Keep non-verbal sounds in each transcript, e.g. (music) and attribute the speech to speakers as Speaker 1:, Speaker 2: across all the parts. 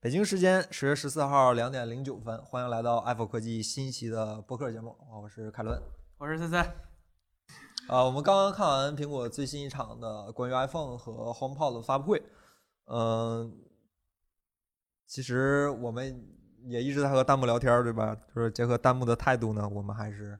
Speaker 1: 北京时间十月十四号两点零九分，欢迎来到 Apple 科技新一期的播客节目，我是凯伦。
Speaker 2: 我是森森。
Speaker 1: 啊，我们刚刚看完苹果最新一场的关于 iPhone 和 HomePod 的发布会，嗯、其实我们也一直在和弹幕聊天儿，对吧？就是结合弹幕的态度呢，我们还是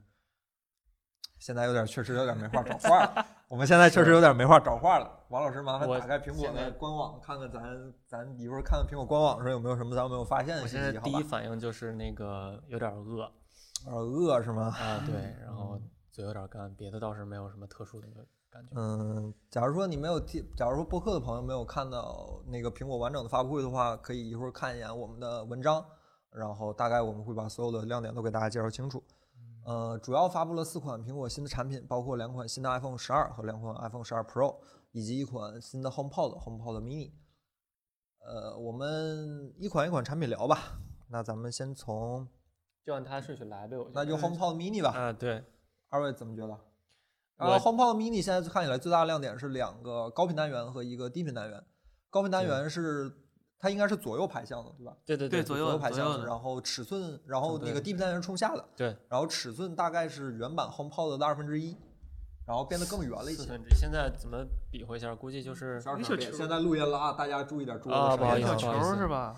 Speaker 1: 现在有点确实有点没话找话
Speaker 2: (laughs)
Speaker 1: 了。我们现在确实有点没话找话了。王老师，麻烦
Speaker 2: 我
Speaker 1: 打开苹果
Speaker 2: 现
Speaker 1: 的
Speaker 2: 在
Speaker 1: 官网，看看咱咱一会儿看看苹果官网上有没有什么咱们没有发现的
Speaker 2: 我
Speaker 1: 信
Speaker 2: 现在
Speaker 1: 息，嗯好
Speaker 2: 第
Speaker 1: 吧啊
Speaker 2: 一？反应就是那个有点饿
Speaker 1: 有点饿是吗？
Speaker 2: 啊，对，然后嘴有点干，别的倒是没有什么特殊的感觉。
Speaker 1: 嗯，假如说你没有听，假如说播客的朋友没有看到那个苹果完整的发布会的话，可以一会儿看一眼我们的文章，然后大概我们会把所有的亮点都给大家介绍清楚。呃，主要发布了四款苹果新的产品，包括两款新的 iPhone 十二和两款 iPhone 十二 Pro，以及一款新的 HomePod HomePod mini。呃，我们一款一款产品聊吧。那咱们先从
Speaker 2: 就按它顺序来呗，我觉
Speaker 1: 那就
Speaker 2: 得
Speaker 1: HomePod mini 吧。
Speaker 2: 啊，对，
Speaker 1: 二位怎么觉得？
Speaker 2: 我
Speaker 1: 呃，HomePod Mini 现在看起来最大的亮点是两个高频单元和一个低频单元。高频单元是它应该是左右排向的，对吧？
Speaker 2: 对对
Speaker 3: 对
Speaker 2: 对
Speaker 3: 左右
Speaker 1: 右排向
Speaker 3: 左右的
Speaker 1: 然后尺寸，然后
Speaker 2: 嗯对
Speaker 1: 那个低频单元是冲下的，
Speaker 2: 对，
Speaker 1: 然后尺寸大概是原版 HomePod 的二分之一，然后变得更圆了一
Speaker 2: 四
Speaker 1: 些。
Speaker 2: 分之一。现在怎么比划一下？估计就是
Speaker 1: 小
Speaker 3: 一
Speaker 1: 声
Speaker 3: 小
Speaker 1: 点
Speaker 3: 球
Speaker 1: 现在录音了啊，大家注意点桌子
Speaker 2: 啊
Speaker 1: 声音。
Speaker 2: 不好意思
Speaker 3: 小
Speaker 2: 不
Speaker 3: 球
Speaker 2: 好意思
Speaker 3: 儿是吧？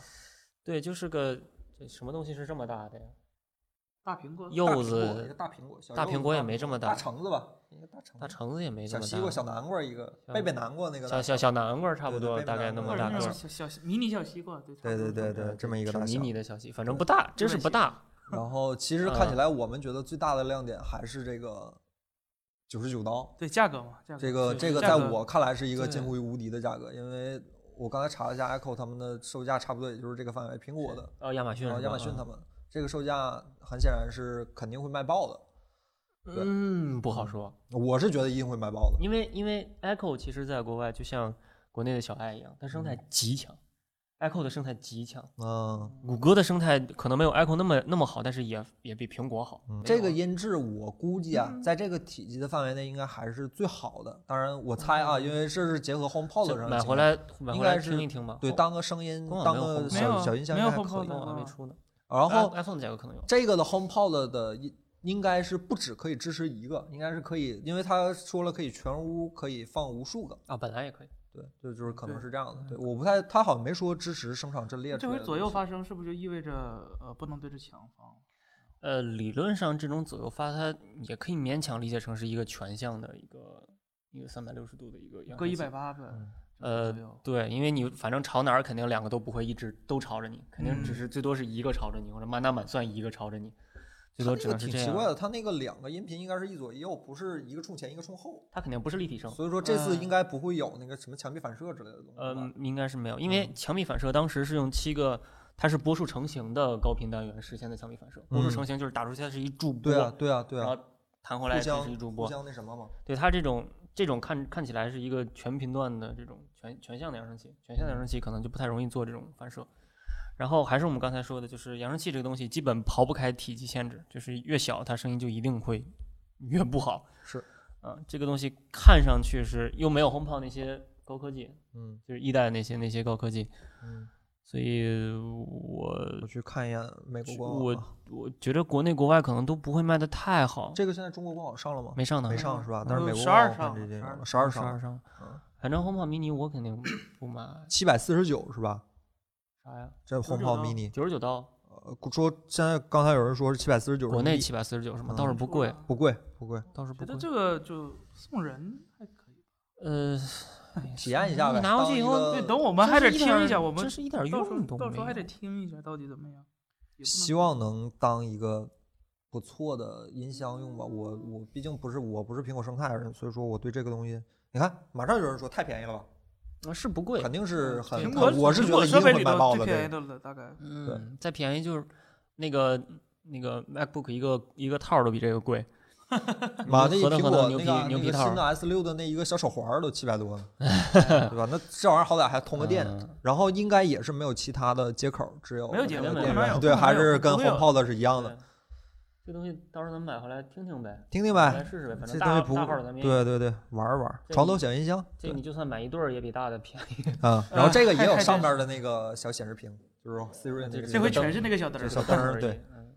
Speaker 2: 对，就是个这什么东西是这么大的呀？
Speaker 3: 大苹果，
Speaker 1: 大苹
Speaker 2: 柚
Speaker 1: 果一
Speaker 2: 子
Speaker 1: 个、大苹果，小
Speaker 2: 大
Speaker 1: 柚子
Speaker 2: 苹果也没这么
Speaker 1: 大
Speaker 2: 大，
Speaker 1: 橙子吧，一个大橙
Speaker 2: 大
Speaker 1: 子，
Speaker 2: 橙子也没这
Speaker 1: 小
Speaker 2: 么
Speaker 1: 西瓜、小
Speaker 2: 大，
Speaker 1: 南瓜一个，
Speaker 2: 像
Speaker 1: 贝贝南瓜那个大
Speaker 2: 小小小南瓜差不
Speaker 1: 对对
Speaker 2: 多，
Speaker 1: 贝
Speaker 2: 大
Speaker 1: 贝
Speaker 2: 概
Speaker 1: 南
Speaker 2: 那
Speaker 1: 瓜
Speaker 2: 么大
Speaker 3: 那
Speaker 2: 个
Speaker 3: 种
Speaker 2: 儿。
Speaker 3: 小小迷你小西瓜，对，差
Speaker 1: 对
Speaker 3: 不
Speaker 1: 对
Speaker 3: 多
Speaker 1: 对
Speaker 3: 这么
Speaker 1: 对，这么一个
Speaker 2: 挺
Speaker 1: 大
Speaker 2: 迷
Speaker 1: 小。
Speaker 2: 你的小西，反正不大，真是不大。
Speaker 1: 然后其实看起来，我们觉得最大的亮点还是这个九十九刀，
Speaker 3: 对价格嘛，价格
Speaker 1: 这个
Speaker 2: 是
Speaker 1: 这个在
Speaker 3: 价格
Speaker 1: 我看来是一个
Speaker 2: 对
Speaker 1: 近乎于无敌的价格，因为我刚才查了一下 Echo 他们的售价差不多也就是这个范围，苹果的，
Speaker 2: 哦，亚马逊
Speaker 1: 然
Speaker 2: 是吧，
Speaker 1: 后亚马逊他
Speaker 2: 啊
Speaker 1: 们这个售价很显然是肯定会卖爆的，对
Speaker 2: 嗯，不好说。
Speaker 1: 我是觉得一定会卖爆的。
Speaker 2: 因为因为 Echo 其实在国外就像国内的小爱一样，它生态极强、e c h o 的生态极强，
Speaker 1: 嗯
Speaker 2: 谷歌的生态可能没有 Echo 那么那么好，但是也也比苹果好。
Speaker 1: 嗯，这个音质我估计啊，在这个体积的范围内应该还是最好的。当然我猜啊，因为这是结合 HomePod
Speaker 2: 嗯这
Speaker 1: 上
Speaker 2: 买
Speaker 1: 的
Speaker 2: 回
Speaker 1: 经
Speaker 2: 来买
Speaker 1: 应
Speaker 2: 回
Speaker 1: 该
Speaker 2: 来
Speaker 1: 是
Speaker 2: 听一听吧。
Speaker 1: 对
Speaker 2: 后
Speaker 1: 当个声音
Speaker 2: 官网
Speaker 1: 当
Speaker 2: 没有
Speaker 1: 个
Speaker 2: HomePod
Speaker 1: 小
Speaker 3: 吗
Speaker 1: 小音箱
Speaker 3: 没
Speaker 1: 应
Speaker 3: 有
Speaker 1: 该还可以
Speaker 3: HomePod
Speaker 2: 官。网还没出呢。
Speaker 3: 啊
Speaker 1: 然后
Speaker 2: i- iPhone 的价格可能有。
Speaker 1: 这个的 HomePod 的应应该是不止可以支持一个，应该是可以，因为他说了可以全屋可以放无数个，
Speaker 2: 啊，本来也可以，
Speaker 1: 对，就就是可能
Speaker 3: 对嗯
Speaker 1: 是这样的。对，我不太，他好像没说支持声场阵列之
Speaker 3: 这
Speaker 1: 类的东西。
Speaker 3: 回左右发声是不是就意味着呃不能对着墙放？
Speaker 2: 呃，理论上这种左右发，它也可以勉强理解成是一个全向的一个一个三百六十度的一个扬
Speaker 3: 搁
Speaker 2: 声
Speaker 3: 一
Speaker 2: 器
Speaker 3: 百八呗，
Speaker 2: 嗯呃
Speaker 3: 左右，
Speaker 2: 对，因为你反正朝哪儿肯定两个都不会一直都朝着你，肯定只
Speaker 3: 嗯
Speaker 2: 是最多是一个朝着你，或者满打满算一个朝着你，
Speaker 1: 它
Speaker 2: 最多
Speaker 1: 那
Speaker 2: 只
Speaker 1: 个
Speaker 2: 能是
Speaker 1: 挺
Speaker 2: 这
Speaker 1: 奇
Speaker 2: 样。
Speaker 1: 怪的，他那个两个音频应该是一左一右，不是一个冲前一个冲后，
Speaker 2: 它肯定不是立体声，
Speaker 1: 所以说这次
Speaker 3: 嗯
Speaker 1: 应该不会有那个什么墙壁反射之类的东西吧。
Speaker 2: 嗯，应该是没有，因为墙壁反射当时是用七个，它是波束成型的高频单元实现的墙壁反射。波
Speaker 1: 嗯
Speaker 2: 束成型就是打出去它是一柱波，
Speaker 1: 对啊，对啊，对
Speaker 2: 然
Speaker 1: 啊，
Speaker 2: 后弹回来
Speaker 1: 互
Speaker 2: 就
Speaker 1: 相
Speaker 2: 是一柱
Speaker 1: 互
Speaker 2: 波。
Speaker 1: 相那什么嘛。
Speaker 2: 对它这种这种看看起来是一个全频段的这种全全向的扬声器，全向的扬声器可能就不太容易做这种反射。然后还是我们刚才说的，就是扬声器这个东西基本逃不开体积限制，就是越小它声音就一定会越不好。
Speaker 1: (laughs) 是，
Speaker 2: 啊、这个东西看上去是又没有 HomePod 那些高科技，
Speaker 1: 嗯
Speaker 2: 就是一代那些那些高科技，
Speaker 1: 嗯，
Speaker 2: 所以我
Speaker 1: 我去看一眼美国官网啊
Speaker 2: 我
Speaker 1: 吧。
Speaker 2: 我觉得国内国外可能都不会卖的太好，
Speaker 1: 这个现在中国官网上了吗？
Speaker 2: 没上呢，
Speaker 1: 没上是吧？
Speaker 3: 嗯
Speaker 1: 但是美国
Speaker 3: 12
Speaker 1: 官网
Speaker 3: 上
Speaker 1: 看
Speaker 3: 了
Speaker 1: 这
Speaker 3: 12
Speaker 1: 十二
Speaker 2: 十
Speaker 1: 上了
Speaker 2: 二，上
Speaker 1: 嗯，
Speaker 2: 反正 HomePod mini 我肯定不买，
Speaker 1: 七百四十九是吧？
Speaker 2: 啥呀？
Speaker 1: 这
Speaker 3: 99
Speaker 1: HomePod
Speaker 3: 刀
Speaker 1: mini，
Speaker 2: 九十九刀，
Speaker 1: 呃，说现在刚才有人说是七百四十九，
Speaker 2: 国内七百四十九是吗？
Speaker 1: 嗯
Speaker 2: 倒是不贵，
Speaker 1: 不贵不贵，
Speaker 2: 倒是
Speaker 3: 啊觉
Speaker 2: 不
Speaker 3: 得
Speaker 2: 贵。
Speaker 3: 这个就送人还可以。
Speaker 2: 呃，
Speaker 1: 嗯体验一下呗。
Speaker 2: 拿回去以后
Speaker 1: 当呃一
Speaker 3: 对，
Speaker 1: 个嗯
Speaker 3: 等我们还得听一下，我们
Speaker 2: 真是一点
Speaker 3: 到时
Speaker 2: 用
Speaker 3: 候
Speaker 2: 都
Speaker 3: 到时候
Speaker 2: 没
Speaker 3: 还得
Speaker 2: 有。
Speaker 3: 听一下到底怎么样。也不能
Speaker 1: 希望能当一个不错的音箱用吧。我我毕竟不是我不是苹果生态的人，所以说我对这个东西，你看马上有人说太便宜了吧，
Speaker 2: 啊是不贵
Speaker 1: 肯，定是很
Speaker 3: 苹，果
Speaker 1: 很我是
Speaker 3: 苹
Speaker 1: 觉
Speaker 3: 果
Speaker 1: 得一
Speaker 3: 设
Speaker 1: 定
Speaker 3: 备
Speaker 1: 会
Speaker 3: 里
Speaker 1: 卖
Speaker 3: 头
Speaker 1: 爆
Speaker 3: 最
Speaker 1: 的。
Speaker 3: 便宜
Speaker 1: 对
Speaker 3: 的了，大概。
Speaker 2: 嗯，再便宜就是那个那个 MacBook 一个一个套儿都比这个贵。
Speaker 1: (laughs) 妈那
Speaker 2: 合同
Speaker 1: 苹
Speaker 2: 合
Speaker 1: 果
Speaker 2: 同牛
Speaker 1: 那
Speaker 2: 皮
Speaker 1: 个
Speaker 2: 牛
Speaker 1: 那个
Speaker 2: 皮套
Speaker 1: 新的
Speaker 2: 儿，
Speaker 1: S 六的那一个小手环儿都七百
Speaker 2: (laughs)
Speaker 1: 多呢，对吧？那这玩意儿好歹还通个电，
Speaker 2: 嗯
Speaker 1: 然后应该也是没有其他的接口，只有
Speaker 3: 没有
Speaker 1: 那
Speaker 3: 接
Speaker 1: 个
Speaker 2: 口
Speaker 1: 电
Speaker 2: 没有
Speaker 1: 源，
Speaker 3: 有
Speaker 1: 对，
Speaker 3: 没
Speaker 1: 还
Speaker 3: 有
Speaker 1: 是跟
Speaker 3: 不会有
Speaker 1: HomePod 是一样的
Speaker 2: 对。这东西到时候咱们买回来听听呗，
Speaker 1: 听听
Speaker 2: 来
Speaker 1: 呗，
Speaker 2: 试试呗，反
Speaker 1: 这
Speaker 2: 正
Speaker 1: 东西
Speaker 2: 大
Speaker 1: 不
Speaker 2: 大号儿咱们也
Speaker 1: 对对对，玩儿玩儿，
Speaker 2: 这
Speaker 1: 床头
Speaker 2: 你
Speaker 1: 小音箱，
Speaker 2: 这
Speaker 1: 对
Speaker 2: 你就算买一对儿也比大的便宜。
Speaker 1: 啊，然后这个也
Speaker 3: 还
Speaker 1: 有
Speaker 3: 还
Speaker 1: 上
Speaker 3: 真
Speaker 1: 面的那个小显示屏，就是 Siri 那
Speaker 2: 对
Speaker 1: 个
Speaker 2: 这
Speaker 3: 这回全
Speaker 1: 灯
Speaker 3: 是那个小灯
Speaker 1: 这
Speaker 3: 儿
Speaker 1: 是小
Speaker 3: 了。
Speaker 1: 灯儿
Speaker 2: 而已
Speaker 1: 对，
Speaker 2: 嗯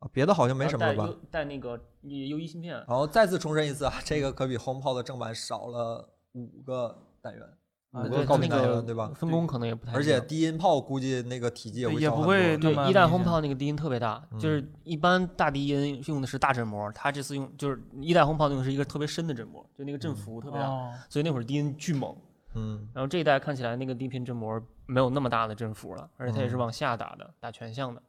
Speaker 1: 啊别的好像没
Speaker 2: 然
Speaker 1: 什
Speaker 2: 后
Speaker 1: 么了
Speaker 2: 带
Speaker 1: 吧？
Speaker 2: U- 带那个 U 一芯片，
Speaker 1: 然后再次重申一次啊，这个可比 HomePod 的正版少了五个单元，五
Speaker 3: 啊对
Speaker 1: 个
Speaker 2: 对
Speaker 1: 高
Speaker 2: 它
Speaker 3: 它
Speaker 1: 频
Speaker 2: 那
Speaker 1: 单元，对
Speaker 2: 个
Speaker 1: 吧？
Speaker 2: 分工可能也不太一样，
Speaker 1: 而且低音炮估计那个体积也
Speaker 3: 对
Speaker 1: 会
Speaker 3: 也
Speaker 1: 小
Speaker 3: 不
Speaker 1: 很
Speaker 3: 会
Speaker 1: 多
Speaker 2: 对，
Speaker 3: 那么
Speaker 2: 一代
Speaker 3: 明显
Speaker 2: HomePod 那个低音特别大，就
Speaker 1: 嗯
Speaker 2: 是一般大低音用的是大振膜，它这次用就是一代 HomePod 用的是一个特别深的振膜，就那个振
Speaker 1: 嗯
Speaker 2: 幅特别大，
Speaker 3: 哦，
Speaker 2: 所以那会儿低音巨猛。
Speaker 1: 嗯
Speaker 2: 然后这一代看起来那个低频振膜没有那么大的振幅了，而且它也是
Speaker 1: 嗯
Speaker 2: 往下打的，打全向的。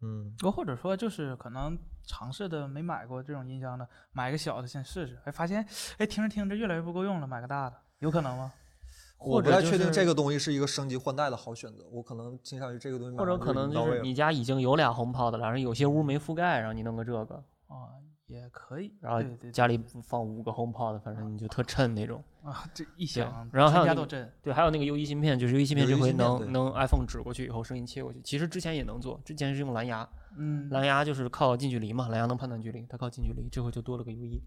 Speaker 1: 嗯，
Speaker 3: 我或者说就是可能尝试的没买过这种音箱的，买个小的先试试，哎，发现哎听着听着越来越不够用了，买个大的，有可能吗？
Speaker 1: 我不
Speaker 2: 或者
Speaker 1: 太
Speaker 2: 就
Speaker 1: 确定
Speaker 2: 是
Speaker 1: 这个东西是一个升级换代的好选择，我可能倾向于这个东西买
Speaker 2: 或者
Speaker 1: 完就
Speaker 2: 可能
Speaker 1: 已经到
Speaker 2: 就
Speaker 1: 位
Speaker 2: 是
Speaker 1: 了
Speaker 2: 你家已经有俩 HomePod 了，然后有些屋没覆盖，然后你弄个这个，
Speaker 3: 哦，也可以。
Speaker 2: 然后
Speaker 3: 对对对
Speaker 2: 家里放五个 HomePod，反正你就特衬那种。
Speaker 3: 啊，这一
Speaker 2: 对
Speaker 3: 想，
Speaker 2: 然后还有
Speaker 3: 全家
Speaker 2: 那
Speaker 3: 都
Speaker 2: 个
Speaker 3: 震。
Speaker 2: 对，还有那个 U 一芯片，就是 U 一芯片
Speaker 1: U1
Speaker 2: 这回
Speaker 1: 芯片对
Speaker 2: 能能 iPhone 指过去以后声音切过去，其实之前也能做，之前是用蓝牙，
Speaker 3: 嗯，
Speaker 2: 蓝牙就是靠近距离嘛，蓝牙能判断距离，它靠近距离，这回就多了个 U 一。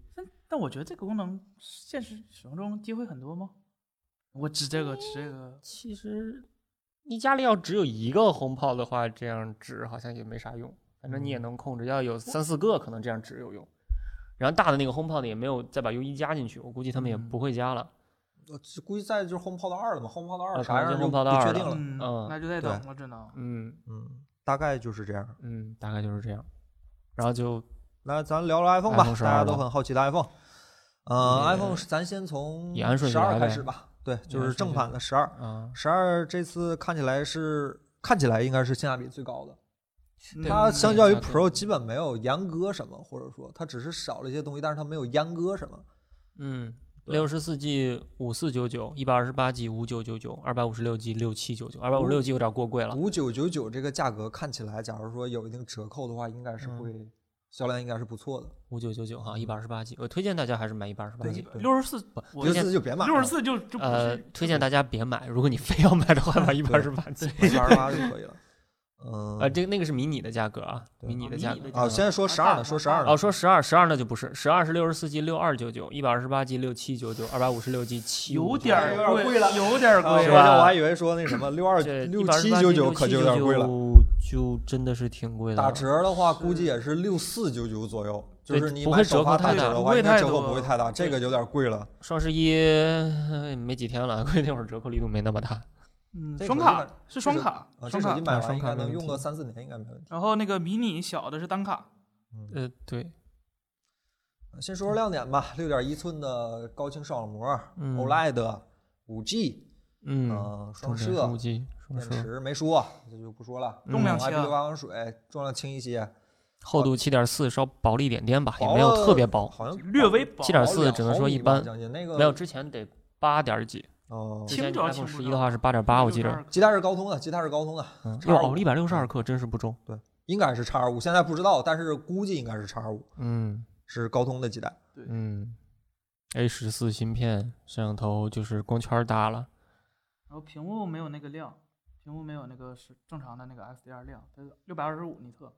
Speaker 3: 但我觉得这个功能现实使用中机会很多吗？我指这个，指这个，
Speaker 2: 其实你家里要只有一个 HomePod 的话，这样指好像也没啥用，反正
Speaker 1: 嗯
Speaker 2: 你也能控制。要有三四个，可能这样指有用。然后大的那个 HomePod 也没有再把 U 一加进去，我估计他们也
Speaker 3: 嗯
Speaker 2: 不会加了。
Speaker 1: 我估计在就是 HomePod 二了嘛，HomePod 二
Speaker 2: 啊
Speaker 1: 啥
Speaker 2: 可
Speaker 1: 样
Speaker 2: 能
Speaker 1: 就
Speaker 2: 就
Speaker 1: 不
Speaker 2: HomePod 二
Speaker 1: 确
Speaker 2: 了
Speaker 1: 定了，
Speaker 3: 嗯，
Speaker 2: 嗯
Speaker 3: 那就再
Speaker 1: 对
Speaker 3: 等了，只能。
Speaker 2: 嗯
Speaker 1: 嗯，大概就是这样。
Speaker 2: 嗯，大概就是这样。然后就
Speaker 1: 来，咱聊聊 iPhone 吧
Speaker 2: iPhone 12
Speaker 1: 大家都
Speaker 2: 吧嗯
Speaker 1: 很好奇的 iPhone。呃
Speaker 2: 也
Speaker 1: ，iPhone 是咱先从
Speaker 2: 也按顺序
Speaker 1: 十二
Speaker 2: 来
Speaker 1: 开
Speaker 2: 呗
Speaker 1: 始吧，对，
Speaker 2: 也
Speaker 1: 就
Speaker 2: 按
Speaker 1: 是
Speaker 2: 顺
Speaker 1: 正
Speaker 2: 序
Speaker 1: 版的十二。
Speaker 2: 啊，
Speaker 1: 十二这次看起来是看起来应该是性价比最高的，
Speaker 3: 嗯
Speaker 1: 它相较于
Speaker 2: 价格
Speaker 1: Pro 基本没有阉割什么，或者说它只是少了一些东西，但是它没有阉割什么。
Speaker 2: 嗯，
Speaker 1: 对
Speaker 2: 六十四 G 五四九九，一百二十八 G 五九九九，二百五十六 G 六七九九，二百五十六 G 有点过
Speaker 3: 哦
Speaker 2: 贵了。
Speaker 1: 五九九九这个价格看起来，假如说有一定折扣的话，应该是
Speaker 2: 嗯
Speaker 1: 会、销量应该是不错的。
Speaker 2: 五九九九
Speaker 3: 嗯
Speaker 2: 哈，一百二十八 G，我推荐大家还是买一百二十八 G。
Speaker 3: 六十四，
Speaker 2: 我
Speaker 1: 六十
Speaker 2: 推荐
Speaker 1: 四就别买了，
Speaker 3: 六十四就就不
Speaker 2: 呃
Speaker 3: 是，
Speaker 2: 推荐大家别买，如果你非要买的话，买一百二十八 G。
Speaker 1: 四
Speaker 2: (laughs)
Speaker 1: 二十八就可以了。嗯
Speaker 2: 啊，这个那个是迷你的价格啊，
Speaker 1: 对
Speaker 2: 迷
Speaker 3: 哦
Speaker 2: 你的
Speaker 3: 迷
Speaker 2: 价
Speaker 3: 你
Speaker 2: 格
Speaker 3: 的。
Speaker 1: 啊，
Speaker 3: 价格
Speaker 1: 现在说
Speaker 3: 啊
Speaker 1: 十二
Speaker 3: 大
Speaker 1: 呢，
Speaker 3: 的
Speaker 1: 说十
Speaker 3: 大
Speaker 1: 二
Speaker 3: 的
Speaker 1: 呢
Speaker 2: 哦，，说十二，十二那就不是，十二是六十四 G 六二九九，一百二十八 G 六七九九，二百五十六 G 七
Speaker 3: 有
Speaker 2: 五
Speaker 3: 点
Speaker 1: 有点
Speaker 3: 儿
Speaker 1: 贵了
Speaker 3: 有点儿
Speaker 1: 啊
Speaker 3: 贵
Speaker 2: 是
Speaker 1: 我
Speaker 2: 吧
Speaker 1: 还我还以为说那什
Speaker 2: (clears throat)
Speaker 1: 么六二
Speaker 2: 这
Speaker 1: 六
Speaker 2: 128
Speaker 1: 七
Speaker 2: G
Speaker 1: 九九可就有点贵了。，
Speaker 2: 就真的是挺贵的了。
Speaker 1: 打折的话，估计
Speaker 3: 是
Speaker 1: 也是六四九九左右，就
Speaker 2: 对
Speaker 1: 是你
Speaker 2: 不
Speaker 1: 买
Speaker 2: 会
Speaker 1: 首
Speaker 2: 折
Speaker 1: 发
Speaker 2: 扣
Speaker 1: 打
Speaker 2: 太
Speaker 1: 折
Speaker 2: 大
Speaker 1: 的
Speaker 3: 不
Speaker 1: 话，
Speaker 3: 会
Speaker 1: 应该
Speaker 3: 太
Speaker 1: 折扣
Speaker 3: 多
Speaker 1: 不会太大，这个有点贵了。
Speaker 2: 双十一呃没几天了，估 (laughs) 计那会儿折扣力度没那么大。
Speaker 3: 嗯，
Speaker 1: 这
Speaker 3: 双
Speaker 1: 手机
Speaker 3: 卡
Speaker 1: 版
Speaker 3: 是双
Speaker 1: 手
Speaker 3: 卡
Speaker 1: 啊，，这
Speaker 3: 双
Speaker 1: 手
Speaker 3: 卡
Speaker 1: 机。买
Speaker 2: 啊
Speaker 1: 完
Speaker 2: 双
Speaker 1: 应
Speaker 2: 卡
Speaker 1: 该
Speaker 2: 没
Speaker 1: 能
Speaker 2: 问
Speaker 1: 用
Speaker 2: 题
Speaker 1: 个三四年，应该没问题。
Speaker 3: 然后那个迷你小的是单卡，
Speaker 2: 呃，对，
Speaker 1: 先说说亮点吧，六点一寸的高清视网膜
Speaker 2: 嗯
Speaker 1: ，OLED，五 G，
Speaker 2: 嗯，
Speaker 1: 嗯，双
Speaker 2: 双
Speaker 1: 摄
Speaker 2: 手，机双
Speaker 1: 电
Speaker 2: 摄，
Speaker 1: 池没说，这就不说了。
Speaker 2: 重量
Speaker 3: 轻
Speaker 1: ，IP
Speaker 3: 啊
Speaker 1: 六八防水，重量轻一些，
Speaker 2: 厚度七点四，稍薄了一点点吧，也
Speaker 1: 啊薄
Speaker 2: 没有
Speaker 1: 了
Speaker 2: 特别薄，
Speaker 1: 好像
Speaker 3: 略微薄
Speaker 2: 哦七点
Speaker 1: 薄
Speaker 2: 四
Speaker 1: 两
Speaker 2: 只能
Speaker 1: 毫
Speaker 2: 说
Speaker 1: 米
Speaker 2: 一
Speaker 1: 吧
Speaker 2: 般
Speaker 1: 将近嗯那个
Speaker 2: 没有之前得八点几，
Speaker 1: 哦，
Speaker 2: 之
Speaker 3: 轻
Speaker 2: 前
Speaker 3: 着轻
Speaker 2: iPhone 十
Speaker 3: 不
Speaker 2: 一
Speaker 3: 着
Speaker 2: 的话是八点八，我记着，
Speaker 3: 62
Speaker 1: 吉他是高通的，吉他是高通的，
Speaker 2: 嗯，
Speaker 1: 叉
Speaker 2: 又
Speaker 1: 五
Speaker 2: 熬了一百六十二克，真是不中。
Speaker 1: 应该是叉五，现在不知道，但是估计应该是叉五，
Speaker 2: 嗯
Speaker 1: 是高通的几代。
Speaker 2: 嗯，A 十四芯片，摄像头就是光圈大了，
Speaker 3: 然后屏幕没有那个亮，屏幕没有那个是正常的那个 XDR 亮，它六百二十五尼特，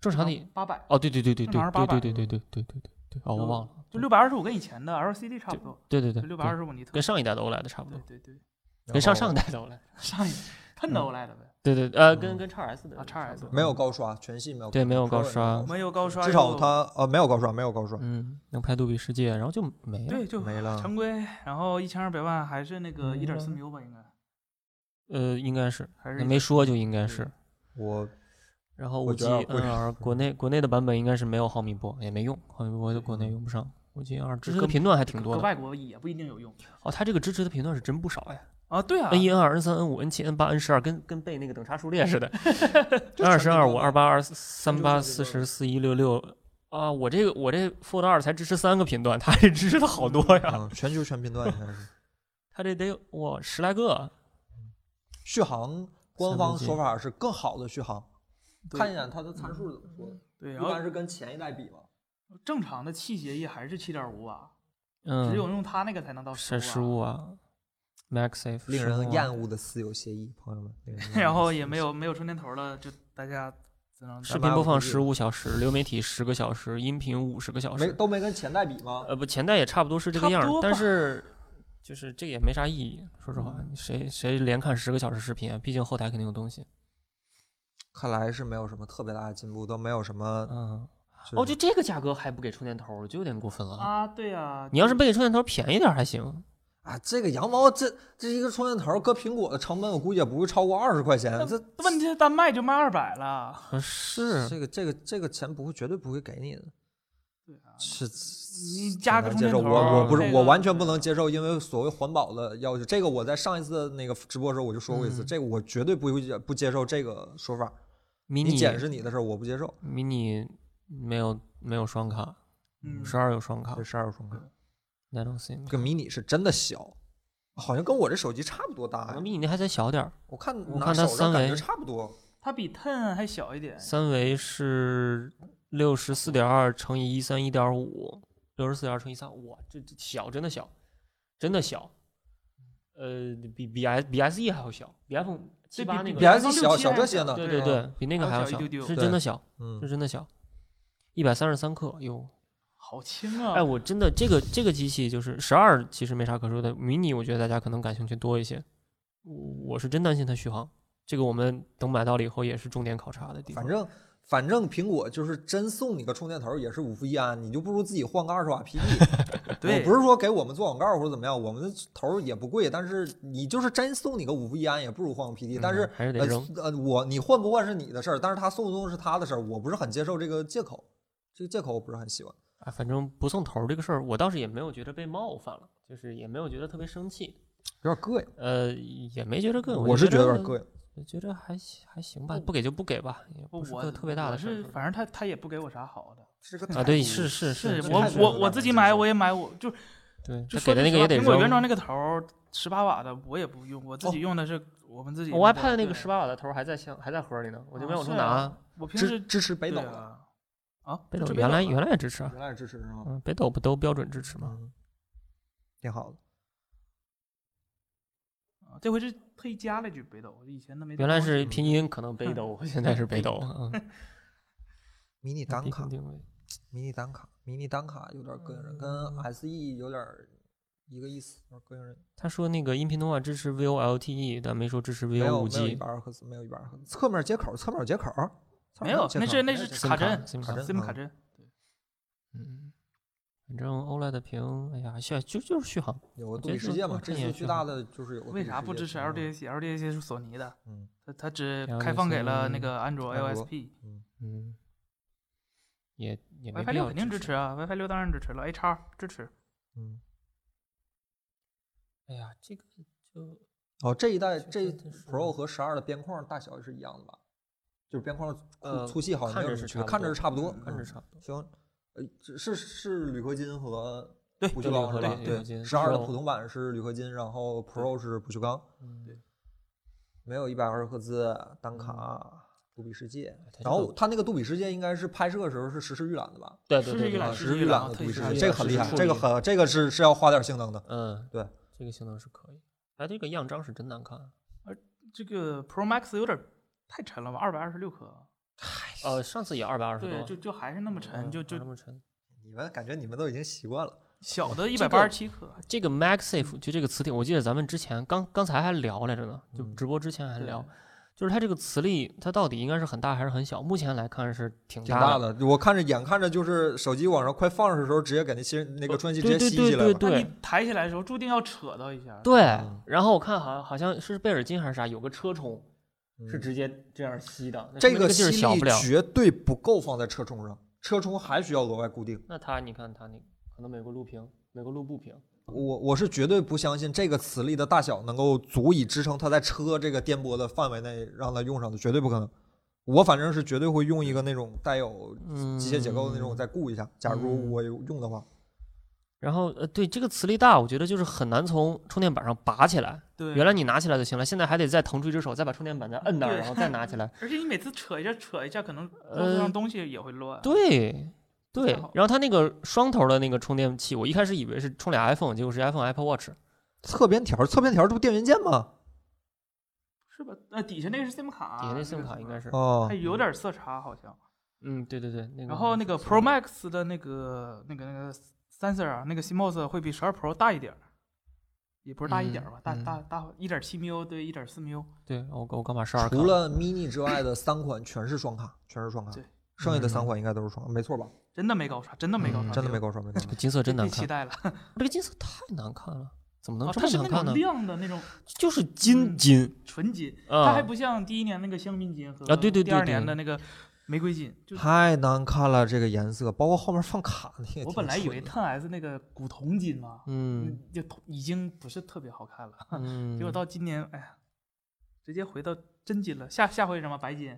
Speaker 2: 正常的
Speaker 3: 八百，
Speaker 2: 哦，对对对对
Speaker 3: 正
Speaker 2: 对
Speaker 3: 常是
Speaker 2: 对
Speaker 3: 800
Speaker 2: 对对对对对对对，哦，我忘了，
Speaker 3: 就六百二十五跟以前的 LCD 差不多，
Speaker 2: 对对
Speaker 3: 就
Speaker 2: 对，
Speaker 3: 六百
Speaker 2: 对
Speaker 3: 二十五尼特
Speaker 2: 跟。上一代的 OLED 差不多
Speaker 3: 对，对对，
Speaker 2: 跟上
Speaker 1: 然后
Speaker 2: 上代的 OLED，
Speaker 3: 上一喷
Speaker 2: 嗯
Speaker 3: 的 OLED 呗，
Speaker 2: (laughs) 对对，呃，
Speaker 1: 嗯
Speaker 2: 跟跟 x S 的
Speaker 3: 啊
Speaker 2: 差不
Speaker 3: XS
Speaker 2: 多
Speaker 1: 没有高刷，全系没有。
Speaker 2: 对没有
Speaker 1: Pro
Speaker 2: 高
Speaker 1: 也
Speaker 2: 刷
Speaker 1: 高
Speaker 3: 没有高刷又，
Speaker 1: 至少它呃没有高刷，没有高刷，
Speaker 2: 嗯，能拍杜比世界，然后就没了。
Speaker 3: 对就
Speaker 1: 没了。
Speaker 3: 常规，然后一千二百万还是那个一点四
Speaker 2: 嗯
Speaker 3: 缪吧，应该
Speaker 2: 呃，应该是
Speaker 3: 还是
Speaker 2: 没说就应该是。
Speaker 1: 我
Speaker 2: 然后
Speaker 1: 我
Speaker 2: 五
Speaker 1: 觉
Speaker 2: G
Speaker 1: 得会
Speaker 2: NR 国内国内的版本应该是没有毫米波，也没用，毫米波在国内用不上。五 G NR 支持的
Speaker 3: 跟
Speaker 2: 频段还挺
Speaker 3: 搁
Speaker 2: 多
Speaker 3: 搁
Speaker 2: 的
Speaker 3: 外国也不一定有用
Speaker 2: 哦，它这个支持的频段是真不少哎呀
Speaker 3: 啊。对啊，
Speaker 2: ，N 一、N 二、N 三、N 五、N 七、N 八、N 十二，跟跟背那个等差数列似的。
Speaker 1: 就全
Speaker 2: 二十
Speaker 1: 都
Speaker 2: 二
Speaker 1: 用
Speaker 2: 五、
Speaker 1: 了
Speaker 2: 二八、二三八、
Speaker 1: 全都
Speaker 2: 四
Speaker 1: 是这
Speaker 2: 十四、一六六啊！我这个我这 Fold 二才支持三个频段，它这支持的好多呀，
Speaker 1: 嗯，全球全频段应该是。
Speaker 2: 它这得有哇十来个。
Speaker 1: 续航官
Speaker 2: 三分
Speaker 1: 方
Speaker 2: 之一
Speaker 1: 说法是更好的续航，嗯
Speaker 3: 对
Speaker 1: 看一眼它的参数是怎么说的，
Speaker 3: 对，
Speaker 1: 一
Speaker 3: 然后
Speaker 1: 般是跟前一代比嘛。
Speaker 3: 正常的气协议还是七点五瓦，只有
Speaker 2: 嗯，
Speaker 3: 用它那个才能到
Speaker 2: 是
Speaker 3: 十
Speaker 2: 十
Speaker 3: 五
Speaker 2: 五啊，MaxSafe，
Speaker 1: 令人
Speaker 2: 15啊
Speaker 1: 厌恶的私有协议，朋友们。令人厌恶
Speaker 3: 瓦，
Speaker 1: 的
Speaker 3: 然后
Speaker 1: 私
Speaker 3: 也
Speaker 1: 有
Speaker 3: 没
Speaker 1: 协议
Speaker 3: 有没有充电头了，就大家只能
Speaker 2: 视
Speaker 1: 咱
Speaker 2: 频
Speaker 1: 拉
Speaker 2: 播
Speaker 1: 不
Speaker 2: 放
Speaker 1: 出去
Speaker 2: 十五小时，流媒体十个小时，音频五十个小
Speaker 1: (laughs) 没
Speaker 2: 时。
Speaker 1: 都没跟前代比吗？
Speaker 2: 呃，不，前代也差不多是这个
Speaker 3: 差不
Speaker 2: 样儿
Speaker 3: 多，
Speaker 2: 但
Speaker 3: 吧
Speaker 2: 是就是这个也没啥意义。说实话，谁谁连看十个小时视频啊？毕竟后台肯定有东西。
Speaker 1: 看来是没有什么特别大的进步，都没有什么。
Speaker 2: 嗯，
Speaker 1: 就
Speaker 2: 哦，
Speaker 1: 是
Speaker 2: 就这个价格还不给充电头儿，就有点过分了。
Speaker 3: 啊，对呀，
Speaker 2: 你要是不给充电头儿便宜点儿还行。
Speaker 1: 啊，这个羊毛这这一个充电头搁苹果的成本，我估计也不会超过二十块钱。这
Speaker 3: 问题是单卖就卖二百了，
Speaker 2: 嗯，是
Speaker 1: 这个这个这个钱不会绝对不会给你的。
Speaker 2: 啊
Speaker 1: 是
Speaker 3: 你加个
Speaker 1: 很
Speaker 3: 充
Speaker 1: 难接
Speaker 3: 电
Speaker 1: 受，
Speaker 3: 头儿，
Speaker 1: 我我不
Speaker 3: 这
Speaker 1: 是
Speaker 3: 个
Speaker 1: 我完全不能接受，因为所谓环保的要求，这个我在上一次的那个直播的时候我就说过一次，
Speaker 2: 嗯
Speaker 1: 这个我绝对不会接不接受这个说法。
Speaker 2: 迷
Speaker 1: 你
Speaker 2: 你
Speaker 1: 捡是你的事儿，我不接受。
Speaker 2: 迷你没有没有双卡，
Speaker 3: 嗯
Speaker 2: 十二有双卡
Speaker 1: 这十二双卡，
Speaker 2: 那种 SIM
Speaker 1: 这。个迷你是真的小，好像跟我这手机差不多大
Speaker 2: 我
Speaker 1: 呀。
Speaker 2: 迷你那还再小点儿，
Speaker 1: 我看
Speaker 2: 我
Speaker 1: 拿
Speaker 2: 看它
Speaker 1: 手上感
Speaker 2: 三
Speaker 1: 觉
Speaker 2: 维
Speaker 1: 差不多。
Speaker 3: 它比 Ten 还小一点，
Speaker 2: 三维是六十四点二乘以一三一点五，六十四点二乘以三，哇，这这小真的小，真的小，呃，比比 S 比 S E 还要小，比 iPhone 七
Speaker 3: 对
Speaker 2: 八那
Speaker 1: 比
Speaker 2: 个，
Speaker 1: iPhone 小小这些呢
Speaker 2: 对
Speaker 3: 对
Speaker 2: 对对，比那个还
Speaker 3: E 还
Speaker 2: 要
Speaker 3: 要
Speaker 2: 小
Speaker 3: 小一丢，丢
Speaker 2: 是
Speaker 1: 对
Speaker 2: 真的小，是
Speaker 1: 嗯，
Speaker 2: 真的小，一百三十三克哟。
Speaker 3: 好轻啊！
Speaker 2: 哎，我真的这个这个机器就是十二，其实没啥可说的。迷你，我觉得大家可能感兴趣多一些。我我是真担心它续航，这个我们等买到了以后也是重点考察的地方。
Speaker 1: 反正反正苹果就是真送你个充电头也是五伏一安，你就不如自己换个二十瓦
Speaker 2: (laughs)
Speaker 1: PD。
Speaker 3: 对
Speaker 1: 我不是说给我们做广告或者怎么样，我们的头儿也不贵，但是你就是真送你个五伏一安，也不如换个 PD、
Speaker 2: 嗯
Speaker 1: 但是
Speaker 2: 还是得
Speaker 1: 呃
Speaker 2: 扔。
Speaker 1: 呃，我你换不换是你的事儿，但是他送不送是他的事儿，我不是很接受这个借口，这个借口我不是很喜欢。
Speaker 2: 哎，反正不送头儿这个事儿，我倒是也没有觉得被冒犯了，就是也没有觉得特别生气，
Speaker 1: 有点膈应，
Speaker 2: 呃，也没觉得更。
Speaker 1: 我是觉得有点膈
Speaker 2: 应，
Speaker 1: 应。
Speaker 2: 我觉得还行还行吧，
Speaker 3: 不
Speaker 2: 不给就不给吧，也不是
Speaker 3: 我
Speaker 2: 特特别大的
Speaker 3: 我
Speaker 2: 事
Speaker 3: 是
Speaker 2: 儿。
Speaker 3: 反正他他也不给我啥好的，
Speaker 1: 是个
Speaker 2: 啊，对，是是
Speaker 3: 是
Speaker 1: 这
Speaker 3: 我
Speaker 1: 太没有
Speaker 3: 我
Speaker 1: 办
Speaker 3: 我
Speaker 1: 法
Speaker 3: 自己
Speaker 1: 接
Speaker 3: 买
Speaker 1: 受
Speaker 3: 我也买，我就
Speaker 2: 对，他
Speaker 3: 就
Speaker 2: 给
Speaker 3: 说
Speaker 2: 的
Speaker 3: 句
Speaker 2: 那个
Speaker 3: 实话
Speaker 2: 也得
Speaker 3: 苹果
Speaker 2: 扔。
Speaker 3: 原装那个头十八瓦的我也不用，我自己用的是我们自己。
Speaker 2: 我 iPad 那个十
Speaker 3: 八，
Speaker 2: 八瓦的头儿还在箱还在盒儿里呢，我就没
Speaker 3: 啊
Speaker 2: 往出
Speaker 3: 是
Speaker 2: 拿
Speaker 3: 啊
Speaker 2: 啊。
Speaker 3: 我平
Speaker 1: 支
Speaker 3: 时
Speaker 1: 支持北斗
Speaker 3: 对
Speaker 1: 的，
Speaker 3: 啊啊，
Speaker 2: 北
Speaker 3: 这
Speaker 2: 斗原来
Speaker 3: 啊
Speaker 2: 原来也支持啊，
Speaker 1: 原来是支持是吗？
Speaker 2: 嗯，北斗不都标准支持吗？
Speaker 1: 嗯， (laughs) 挺好的。
Speaker 3: 这回是特意加了一句北斗，以前都没
Speaker 2: 原
Speaker 3: 听过。
Speaker 2: 来是拼音，可能北斗， (laughs) 现在是北斗。
Speaker 1: (laughs) 哦
Speaker 2: 嗯，
Speaker 1: 迷你单
Speaker 2: 地
Speaker 1: 卡
Speaker 2: 形，定位
Speaker 1: 迷你单卡，迷你单卡有点膈应人，跟 SE 有点儿一个意思，有点膈应人。
Speaker 2: 他说那个音频通话支持 VoLTE，但 E，没说支持
Speaker 1: 没有没有一
Speaker 2: VoLG。
Speaker 1: 百二赫兹，没有一百二赫兹。侧面接口，侧面接口，侧面
Speaker 3: 没有，
Speaker 1: 接
Speaker 3: 那
Speaker 1: 口
Speaker 3: 是那是
Speaker 2: ，SIM
Speaker 3: 卡
Speaker 2: 卡
Speaker 3: 针
Speaker 2: ，SIM
Speaker 1: 卡
Speaker 2: 卡啊
Speaker 1: 针
Speaker 3: ，SIM 卡
Speaker 1: 嗯
Speaker 3: 针。
Speaker 2: 嗯，反正 OLED 屏，哎呀，续就就是续航。
Speaker 1: 有个
Speaker 2: 我
Speaker 1: 杜
Speaker 2: 觉
Speaker 1: 比
Speaker 2: 得
Speaker 1: 世
Speaker 2: 这
Speaker 1: 界
Speaker 2: 个
Speaker 1: 嘛，
Speaker 2: 这
Speaker 1: 这
Speaker 2: 也
Speaker 1: 次
Speaker 2: 挺
Speaker 1: 最大
Speaker 2: 好
Speaker 1: 的就是有个杜
Speaker 3: 为
Speaker 1: 比
Speaker 3: 啥
Speaker 1: 世
Speaker 3: 不
Speaker 1: 界
Speaker 3: 支持
Speaker 1: 屏幕
Speaker 2: 嗯
Speaker 3: LDAC？LDAC 是索尼的，
Speaker 1: 嗯，
Speaker 3: 它它只开放给了那个安卓
Speaker 1: 安卓
Speaker 3: AOSP。
Speaker 2: 嗯，也也没
Speaker 3: WiFi
Speaker 2: 必
Speaker 3: 六
Speaker 2: 要
Speaker 3: 肯定
Speaker 2: 支
Speaker 3: 支
Speaker 2: 持。
Speaker 3: 持啊，WiFi 六当然支持了，A 叉支持。
Speaker 1: 嗯，
Speaker 2: 哎呀，这个就
Speaker 1: 哦，这一代
Speaker 2: 确
Speaker 1: 这
Speaker 2: 实真是
Speaker 1: Pro 和十二的边框大小是一样的吧？就是边框粗
Speaker 2: 呃
Speaker 1: 粗细好像
Speaker 2: 看
Speaker 1: 没有
Speaker 2: 着
Speaker 1: 什么
Speaker 2: 是
Speaker 1: 区别，
Speaker 2: 差不
Speaker 1: 看着
Speaker 2: 多
Speaker 1: 是差不多，
Speaker 2: 看着
Speaker 1: 嗯
Speaker 2: 差不多。
Speaker 1: 行。呃，这是是铝合金和
Speaker 3: 对
Speaker 1: 不
Speaker 2: 对
Speaker 1: 锈钢
Speaker 2: 铝
Speaker 1: 是
Speaker 2: 合
Speaker 1: 吧？
Speaker 2: 金铝合
Speaker 1: 对，
Speaker 2: 金
Speaker 1: 十二的
Speaker 2: Pro
Speaker 1: 普通版是铝合金，然后 Pro 是不锈钢，
Speaker 2: 嗯，
Speaker 1: 没有一百二十赫兹单
Speaker 2: 嗯
Speaker 1: 卡杜比世界
Speaker 2: 它。这
Speaker 1: 然后
Speaker 2: 个
Speaker 1: 它那个杜比世界应该是拍摄的时候是实时预览的吧？
Speaker 2: 对
Speaker 3: 是
Speaker 2: 对
Speaker 3: 这
Speaker 2: 对
Speaker 3: 个
Speaker 2: 对
Speaker 3: 了
Speaker 1: 啊，
Speaker 3: 是
Speaker 1: 实时
Speaker 3: 预
Speaker 1: 预
Speaker 3: 览
Speaker 1: 览的
Speaker 3: 它
Speaker 1: 杜比
Speaker 3: 也
Speaker 1: 世界，
Speaker 3: 是预
Speaker 1: 这个
Speaker 2: 览
Speaker 1: 很
Speaker 2: 实
Speaker 1: 厉
Speaker 2: 时
Speaker 1: 害，
Speaker 2: 处
Speaker 1: 这个
Speaker 2: 理
Speaker 1: 很这个是是要花点性能的。
Speaker 2: 嗯，
Speaker 1: 对，哎
Speaker 2: 这个性能是可以。哎，这个样张是真难看。
Speaker 3: 这个 Pro Max 有点太沉了吧，二百二十六克，
Speaker 2: 呃，上次也二百二十
Speaker 3: 对，就
Speaker 2: 多，
Speaker 3: 就还是那么沉，
Speaker 2: 嗯
Speaker 3: 就
Speaker 2: 还
Speaker 3: 就
Speaker 2: 那么沉。
Speaker 1: 你们感觉你们都已经习惯了，
Speaker 3: 小的一
Speaker 2: 这
Speaker 3: 百
Speaker 2: 个
Speaker 3: 八十七克，
Speaker 2: 这个 MagSafe 就这个磁铁，我记得咱们之前刚刚才还聊来着呢，就
Speaker 1: 嗯
Speaker 2: 直播之前还
Speaker 3: 对
Speaker 2: 聊，就是它这个磁力，它到底应该是很大还是很小？目前来看是挺
Speaker 1: 挺
Speaker 2: 大
Speaker 1: 大，的。我看着眼看着就是手机往上快放上的时候，直接给那新那个充气直
Speaker 2: 对
Speaker 1: 接
Speaker 2: 哦对
Speaker 1: 吸起
Speaker 2: 对
Speaker 1: 来
Speaker 2: 对
Speaker 1: 了。
Speaker 3: 那
Speaker 2: 对
Speaker 3: 你抬起来的时候注定要扯到一下。
Speaker 2: 对
Speaker 1: 嗯。
Speaker 2: 然后我看好像好像是贝尔金还是啥，有个车充是
Speaker 1: 嗯
Speaker 2: 直接这样吸的，那说
Speaker 1: 这
Speaker 2: 明
Speaker 1: 个吸
Speaker 2: 劲儿小
Speaker 1: 力
Speaker 2: 不了。
Speaker 1: 绝对不够放在车充上，车充还需要额外固定。
Speaker 2: 那它你看它那个可能美国路平，美国路不平，
Speaker 1: 我我是绝对不相信这个磁力的大小能够足以支撑它在车这个颠簸的范围内让它用上的，绝对不可能。我反正是绝对会用一个那种带有
Speaker 2: 嗯，
Speaker 1: 机械结构的那种，我再固一下。假如我有用的话，
Speaker 2: 然后呃，对这个磁力大，我觉得就是很难从充电板上拔起来。
Speaker 3: 对，
Speaker 2: 原来你拿起来就行了，现在还得再腾出一只手，再把充电板再摁那儿，
Speaker 3: 对
Speaker 2: 然后再拿起
Speaker 3: (laughs)
Speaker 2: 来。
Speaker 3: 而且你每次扯一下扯一下，可能桌
Speaker 2: 呃
Speaker 3: 子上东西也会乱。
Speaker 2: 对对
Speaker 3: 太好，
Speaker 2: 然后它那个双头的那个充电器，我一开始以为是充俩 iPhone，结果是 iPhone Apple Watch。
Speaker 1: 侧边条，侧边条这不电源键吗？
Speaker 3: 是吧？呃，底下那个是 SIM 卡，
Speaker 2: 底下那
Speaker 3: 这
Speaker 2: SIM
Speaker 3: 个
Speaker 2: 卡应该是，
Speaker 1: 哦
Speaker 3: 它，有点色差好像。
Speaker 2: 嗯，对对对，那个。
Speaker 3: 然后那个 Pro Max 的那个那个那个 sensor 啊，那个 CMOS 会比十二 Pro 大一点儿，也不是大一点儿吧，
Speaker 2: 嗯
Speaker 3: 大大大一点七 mu 对一点四 mu，
Speaker 2: 对我我刚把十二
Speaker 1: 除了 mini 之外的三款全是双卡，全是双卡
Speaker 3: 对，
Speaker 1: 剩下的三款应该都是双卡，没错吧？
Speaker 3: 真的没高刷，真的没高
Speaker 2: 嗯
Speaker 3: 刷，
Speaker 1: 真的没搞错，没搞错。
Speaker 2: 金色真
Speaker 3: 太
Speaker 2: 难看，
Speaker 3: 期待了。
Speaker 2: 这个金色太难看了，怎么能
Speaker 3: 啊，
Speaker 2: 这
Speaker 3: 它
Speaker 2: 么
Speaker 3: 是
Speaker 2: 难
Speaker 3: 那
Speaker 2: 看呢
Speaker 3: 种？亮的那种
Speaker 2: 就是 (laughs) 金
Speaker 3: 嗯
Speaker 2: 金
Speaker 3: 纯金，它
Speaker 2: 啊
Speaker 3: 还，不像第一年那个香槟金和
Speaker 2: 啊对对对
Speaker 3: 第二
Speaker 2: 对
Speaker 3: 年的那个玫瑰金，就
Speaker 1: 太难看了，这个颜色，包括后面放卡那也挺
Speaker 3: 我本来以为
Speaker 1: 蠢的
Speaker 3: Ten S 那个古铜金嘛，
Speaker 2: 嗯
Speaker 3: 嗯，就已经不是特别好看了。
Speaker 2: 嗯，
Speaker 3: 结果到今年，哎呀，直接回到真金了。下下回什么白金？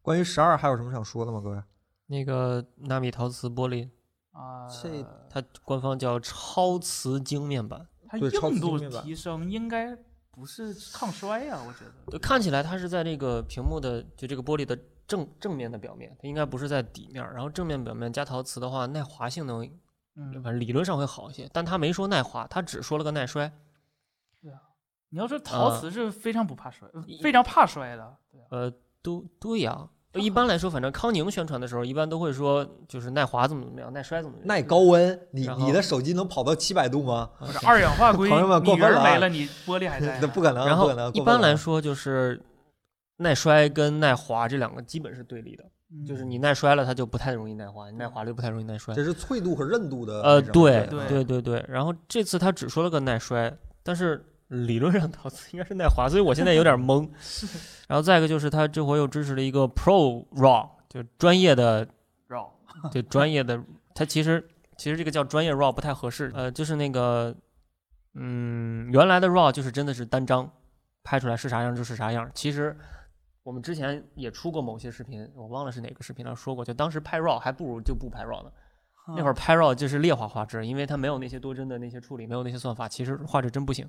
Speaker 1: 关于十二还有什么想说的吗？各位，
Speaker 2: 那个纳米陶瓷玻璃，
Speaker 3: 啊、
Speaker 1: 这
Speaker 2: 它官方叫超瓷晶面板，
Speaker 3: 它
Speaker 1: 对超
Speaker 3: 硬
Speaker 1: 级
Speaker 3: 度
Speaker 1: 精密版
Speaker 3: 提升应该不是抗摔呀、我觉得。
Speaker 2: 呃看起来它是在这个屏幕的就这个玻璃的正正面的表面，它应该不是在底面儿。然后正面表面加陶瓷的话，耐滑性能
Speaker 3: 嗯
Speaker 2: 反，正理论上会好一些，但他没说耐滑，他只说了个耐摔。
Speaker 3: 你要说陶
Speaker 2: 啊
Speaker 3: 瓷是非常不怕摔，呃
Speaker 2: 一
Speaker 3: 非常怕摔的。对啊
Speaker 2: 呃，都对呀、
Speaker 1: 哦
Speaker 2: 一般来说，反正康宁宣传的时候，一般都会说就是耐滑怎么怎么样，耐摔怎么怎么样。
Speaker 1: 耐高温，你
Speaker 2: 然后
Speaker 1: 你的手机能跑到七百度吗？
Speaker 2: 啊
Speaker 3: 不是
Speaker 2: 对
Speaker 3: 二氧化硅，
Speaker 1: 朋友们
Speaker 3: 你
Speaker 1: 过
Speaker 3: 人
Speaker 1: 分了啊
Speaker 3: 没了，你玻璃还
Speaker 1: (laughs)
Speaker 3: 在啊
Speaker 1: 那
Speaker 3: 呢。
Speaker 1: 不可能，
Speaker 2: 然
Speaker 1: 不
Speaker 2: 后
Speaker 1: 可能。
Speaker 2: 一
Speaker 1: 啊过分
Speaker 2: 般来
Speaker 1: 了
Speaker 2: 说就是耐摔跟耐滑这两个基本是对立的，
Speaker 3: 嗯
Speaker 2: 就是你耐摔了，它就不太容易耐滑；你耐滑了就不太容易耐摔。
Speaker 1: 这是脆度和韧度的
Speaker 2: 呃，
Speaker 1: 那种
Speaker 2: 对
Speaker 3: 对
Speaker 2: 对对对。然后这次他只说了个耐摔，但是理论上陶瓷应该是耐滑，所以我现在有点
Speaker 1: (laughs)
Speaker 2: 懵。然后再一个就是他这回又支持了一个 Pro RAW，就是专业的，
Speaker 3: 绕
Speaker 2: 对专业的。它其实其实这个叫专业 RAW 不太合适，呃，就是那个，嗯，原来的 RAW 就是真的是单张拍出来是啥样就是啥样。其实我们之前也出过某些视频，我忘了是哪个视频上说过，就当时拍 RAW 还不如就不拍 RAW 呢。那会儿拍 RAW 就是劣化画质，因为它没有那些多帧的那些处理，没有那些算法，其实画质真不行。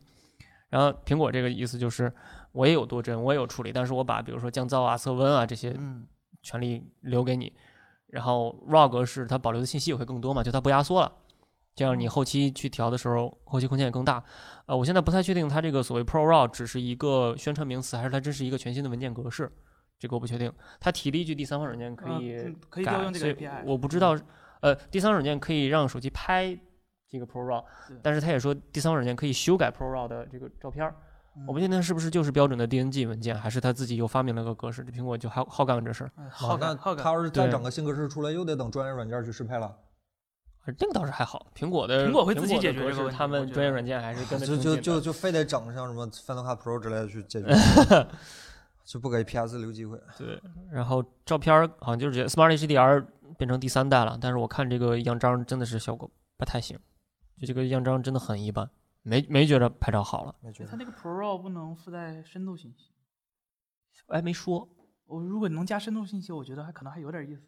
Speaker 2: 然后苹果这个意思就是，我也有多帧，我也有处理，但是我把比如说降噪啊、色温啊这些
Speaker 3: 嗯
Speaker 2: 权利留给你。然后 RAW 格式它保留的信息也会更多嘛，就它不压缩了，这样
Speaker 3: 嗯
Speaker 2: 你后期去调的时候，后期空间也更大。呃，我现在不太确定它这个所谓 Pro RAW 只是一个宣传名词，还是它真是一个全新的文件格式，这个我不确定。它提了一句第三方软件可
Speaker 3: 呃
Speaker 2: 以
Speaker 3: 嗯可以
Speaker 2: 改
Speaker 3: 调用这
Speaker 2: 所
Speaker 3: 个
Speaker 2: 以
Speaker 3: API。
Speaker 2: 我不知道，呃，第三方软件可以让手机拍这个 Pro RAW，
Speaker 3: 对
Speaker 2: 但是他也说第三方软件可以修改 Pro RAW 的这个照片儿。我不
Speaker 3: 嗯
Speaker 2: 确定它是不是就是标准的 DNG 文件，还是他自己又发明了个格式。这苹果就好好干这事儿，
Speaker 3: 哎好
Speaker 1: 啊，那
Speaker 3: 感好感
Speaker 1: 他。要是再
Speaker 2: 对
Speaker 1: 整个新格式出来，又得等专业软件去适配了。
Speaker 2: 而这个倒是还好。苹果的
Speaker 3: 苹果会自己
Speaker 2: 的
Speaker 3: 解决
Speaker 2: 格
Speaker 3: 这个
Speaker 2: 式
Speaker 3: 问题
Speaker 2: 他
Speaker 3: 我
Speaker 2: 们
Speaker 3: 觉
Speaker 2: 专业
Speaker 3: 得
Speaker 2: 软件还是跟得
Speaker 1: 就
Speaker 2: 挺
Speaker 1: 就
Speaker 2: 紧
Speaker 1: 就
Speaker 2: 的
Speaker 1: 就非得整像什么 Final Cut Pro 之类的去解
Speaker 2: (laughs)
Speaker 1: 决，就不给 PS 留机会。
Speaker 2: 对。然后照片儿好像就是 Smart HDR 变成第三代了，但是我看这个样张真的是效果不太行，就这个样张真的很一般，没没觉得拍照好了。
Speaker 1: 没觉
Speaker 3: 哎
Speaker 1: 得
Speaker 3: 它那个 Pro RAW 不能附带深度信息，
Speaker 2: 哎，没说，
Speaker 3: 我如果能加深度信息，我觉得还可能还有点意思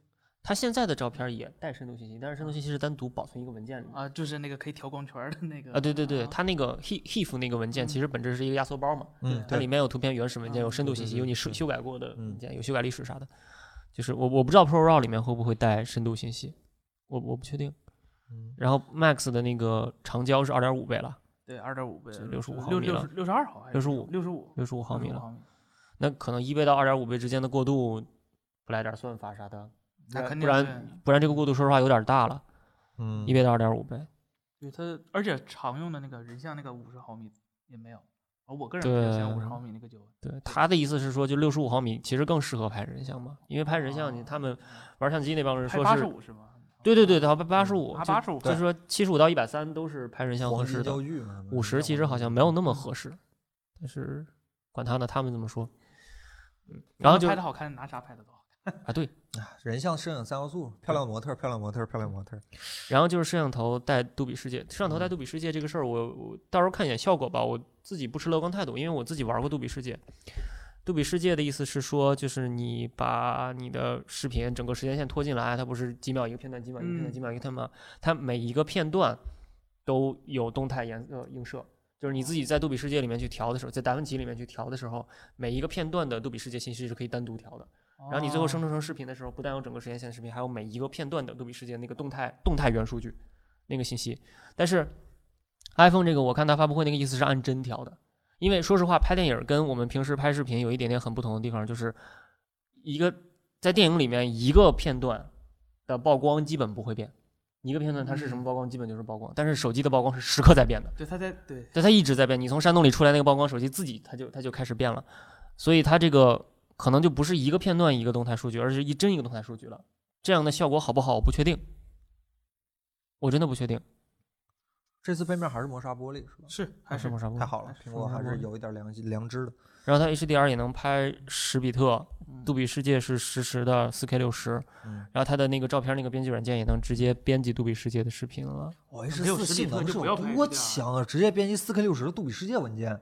Speaker 2: 它现在的照片也带深度信息，但是深度信息是单独保存一个文件里面
Speaker 3: 啊，就是那个可以调光圈儿的那个
Speaker 2: 啊，对对对，
Speaker 3: 啊
Speaker 2: 它那个 he HEIF 那个文件其实本质是一个压缩包嘛，
Speaker 1: 嗯，
Speaker 2: 它
Speaker 1: 对
Speaker 2: 里，面有图片原始文件，
Speaker 3: 啊
Speaker 2: 有深度信息，
Speaker 1: 对对对
Speaker 2: 有你修
Speaker 1: 对
Speaker 2: 修改过的文
Speaker 1: 嗯
Speaker 2: 件，有修改历史啥的。就是我我不知道 Pro RAW 里面会不会带深度信息，我我不确定。
Speaker 1: 嗯
Speaker 2: 然后 Max 的那个长焦是二点五倍了，
Speaker 3: 对二点五倍
Speaker 2: 是65毫
Speaker 3: 六
Speaker 2: 米
Speaker 3: 六
Speaker 2: 了
Speaker 3: 十六十二毫还是
Speaker 2: 65
Speaker 3: 六十五
Speaker 2: 六十五毫米
Speaker 3: 65
Speaker 1: 哦
Speaker 2: 了，
Speaker 3: 毫米，
Speaker 2: 那可能一倍到二点五倍之间的过渡，不来点算法啥的，
Speaker 3: 那肯定
Speaker 2: 不然
Speaker 3: 对
Speaker 2: 不然这个过渡说实话有点大了，
Speaker 1: 嗯
Speaker 2: 一，倍到二点五倍。
Speaker 3: 对它，而且常用的那个人像那个五十毫米也没有，而我个人比较喜欢五十
Speaker 2: 对
Speaker 3: 毫米那个就
Speaker 2: 对，他的意思是说，就六十五毫米其实更适合拍人像嘛，因为拍人像
Speaker 1: 哦
Speaker 2: 你他们玩相机那帮人
Speaker 3: 哦拍
Speaker 2: 说
Speaker 3: 八十
Speaker 2: 是，
Speaker 3: 五是吗？
Speaker 2: 对对对，他八十五，
Speaker 1: 嗯
Speaker 3: 啊八十五
Speaker 2: 就是说七十五到一百三都是拍人像合
Speaker 1: 黄
Speaker 2: 适
Speaker 1: 金
Speaker 2: 的
Speaker 1: 教，育嘛，
Speaker 2: 五十其实好像没有那么合适，但是管他呢，他们这么说，嗯，然后就
Speaker 3: 拍的好看，拿啥拍的都好
Speaker 2: 啊对，
Speaker 1: 哎人像摄影三要素，漂亮模特，漂亮模特，漂亮模特。
Speaker 2: 然后就是摄像头带杜比世界，摄像头带杜比世界这个事儿，我我到时候看一眼效果吧。我自己不持乐观态度，因为我自己玩过杜比世界。杜比世界的意思是说，就是你把你的视频整个时间线拖进来，它不是几秒一个片段，几秒一个片
Speaker 3: 嗯
Speaker 2: 段，几秒一个片段吗？它每一个片段都有动态颜色映射，就是你自己在杜比世界里面去调的时候，在达芬奇里面去调的时候，每一个片段的杜比世界信息是可以单独调的。
Speaker 3: 看。
Speaker 2: 然后你最后
Speaker 3: 哦
Speaker 2: 生成成视频的时候，不但有整个时间线视频，还有每一个片段的杜比世界那个动态动态元数据那个信息。但是 iPhone 这个，我看它发布会那个意思是按帧调的，因为说实话，拍电影跟我们平时拍视频有一点点很不同的地方，就是一个在电影里面一个片段的曝光基本不会变，一个片段它是什么
Speaker 3: 嗯
Speaker 2: 曝光，基本就是曝光。但是手机的曝光是时刻在变的，
Speaker 3: 对，他在对，
Speaker 2: 对，它一直在变。你从山洞里出来，那个曝光手机自己它就它就开始变了，所以它这个可能就不是一个片段一个动态数据，而是一帧一个动态数据了。这样的效果好不好，我不确定，我真的不确定。
Speaker 1: 这次背面还是磨砂玻璃是吧？
Speaker 3: 是还
Speaker 2: 啊
Speaker 3: 是
Speaker 2: 什么什么
Speaker 1: 太好了，苹果还
Speaker 2: 磨
Speaker 1: 是
Speaker 2: 砂玻璃
Speaker 1: 有一点良心良知的。
Speaker 2: 然后它 HDR 也能拍十比特，
Speaker 3: 嗯
Speaker 2: 杜比世界是实时的四 K 六十，
Speaker 1: 嗯，
Speaker 2: 然后它的那个照片那个编辑软件也能直接编辑杜比世界的视频了。
Speaker 1: 我 H
Speaker 3: 没有
Speaker 1: 四
Speaker 3: 实
Speaker 1: 性
Speaker 3: 体特
Speaker 1: 能
Speaker 3: 就是不
Speaker 1: 嗯有
Speaker 3: 要拍
Speaker 1: 多
Speaker 3: HDR
Speaker 1: 强啊！直接编辑四 K 六十的杜比世界文件，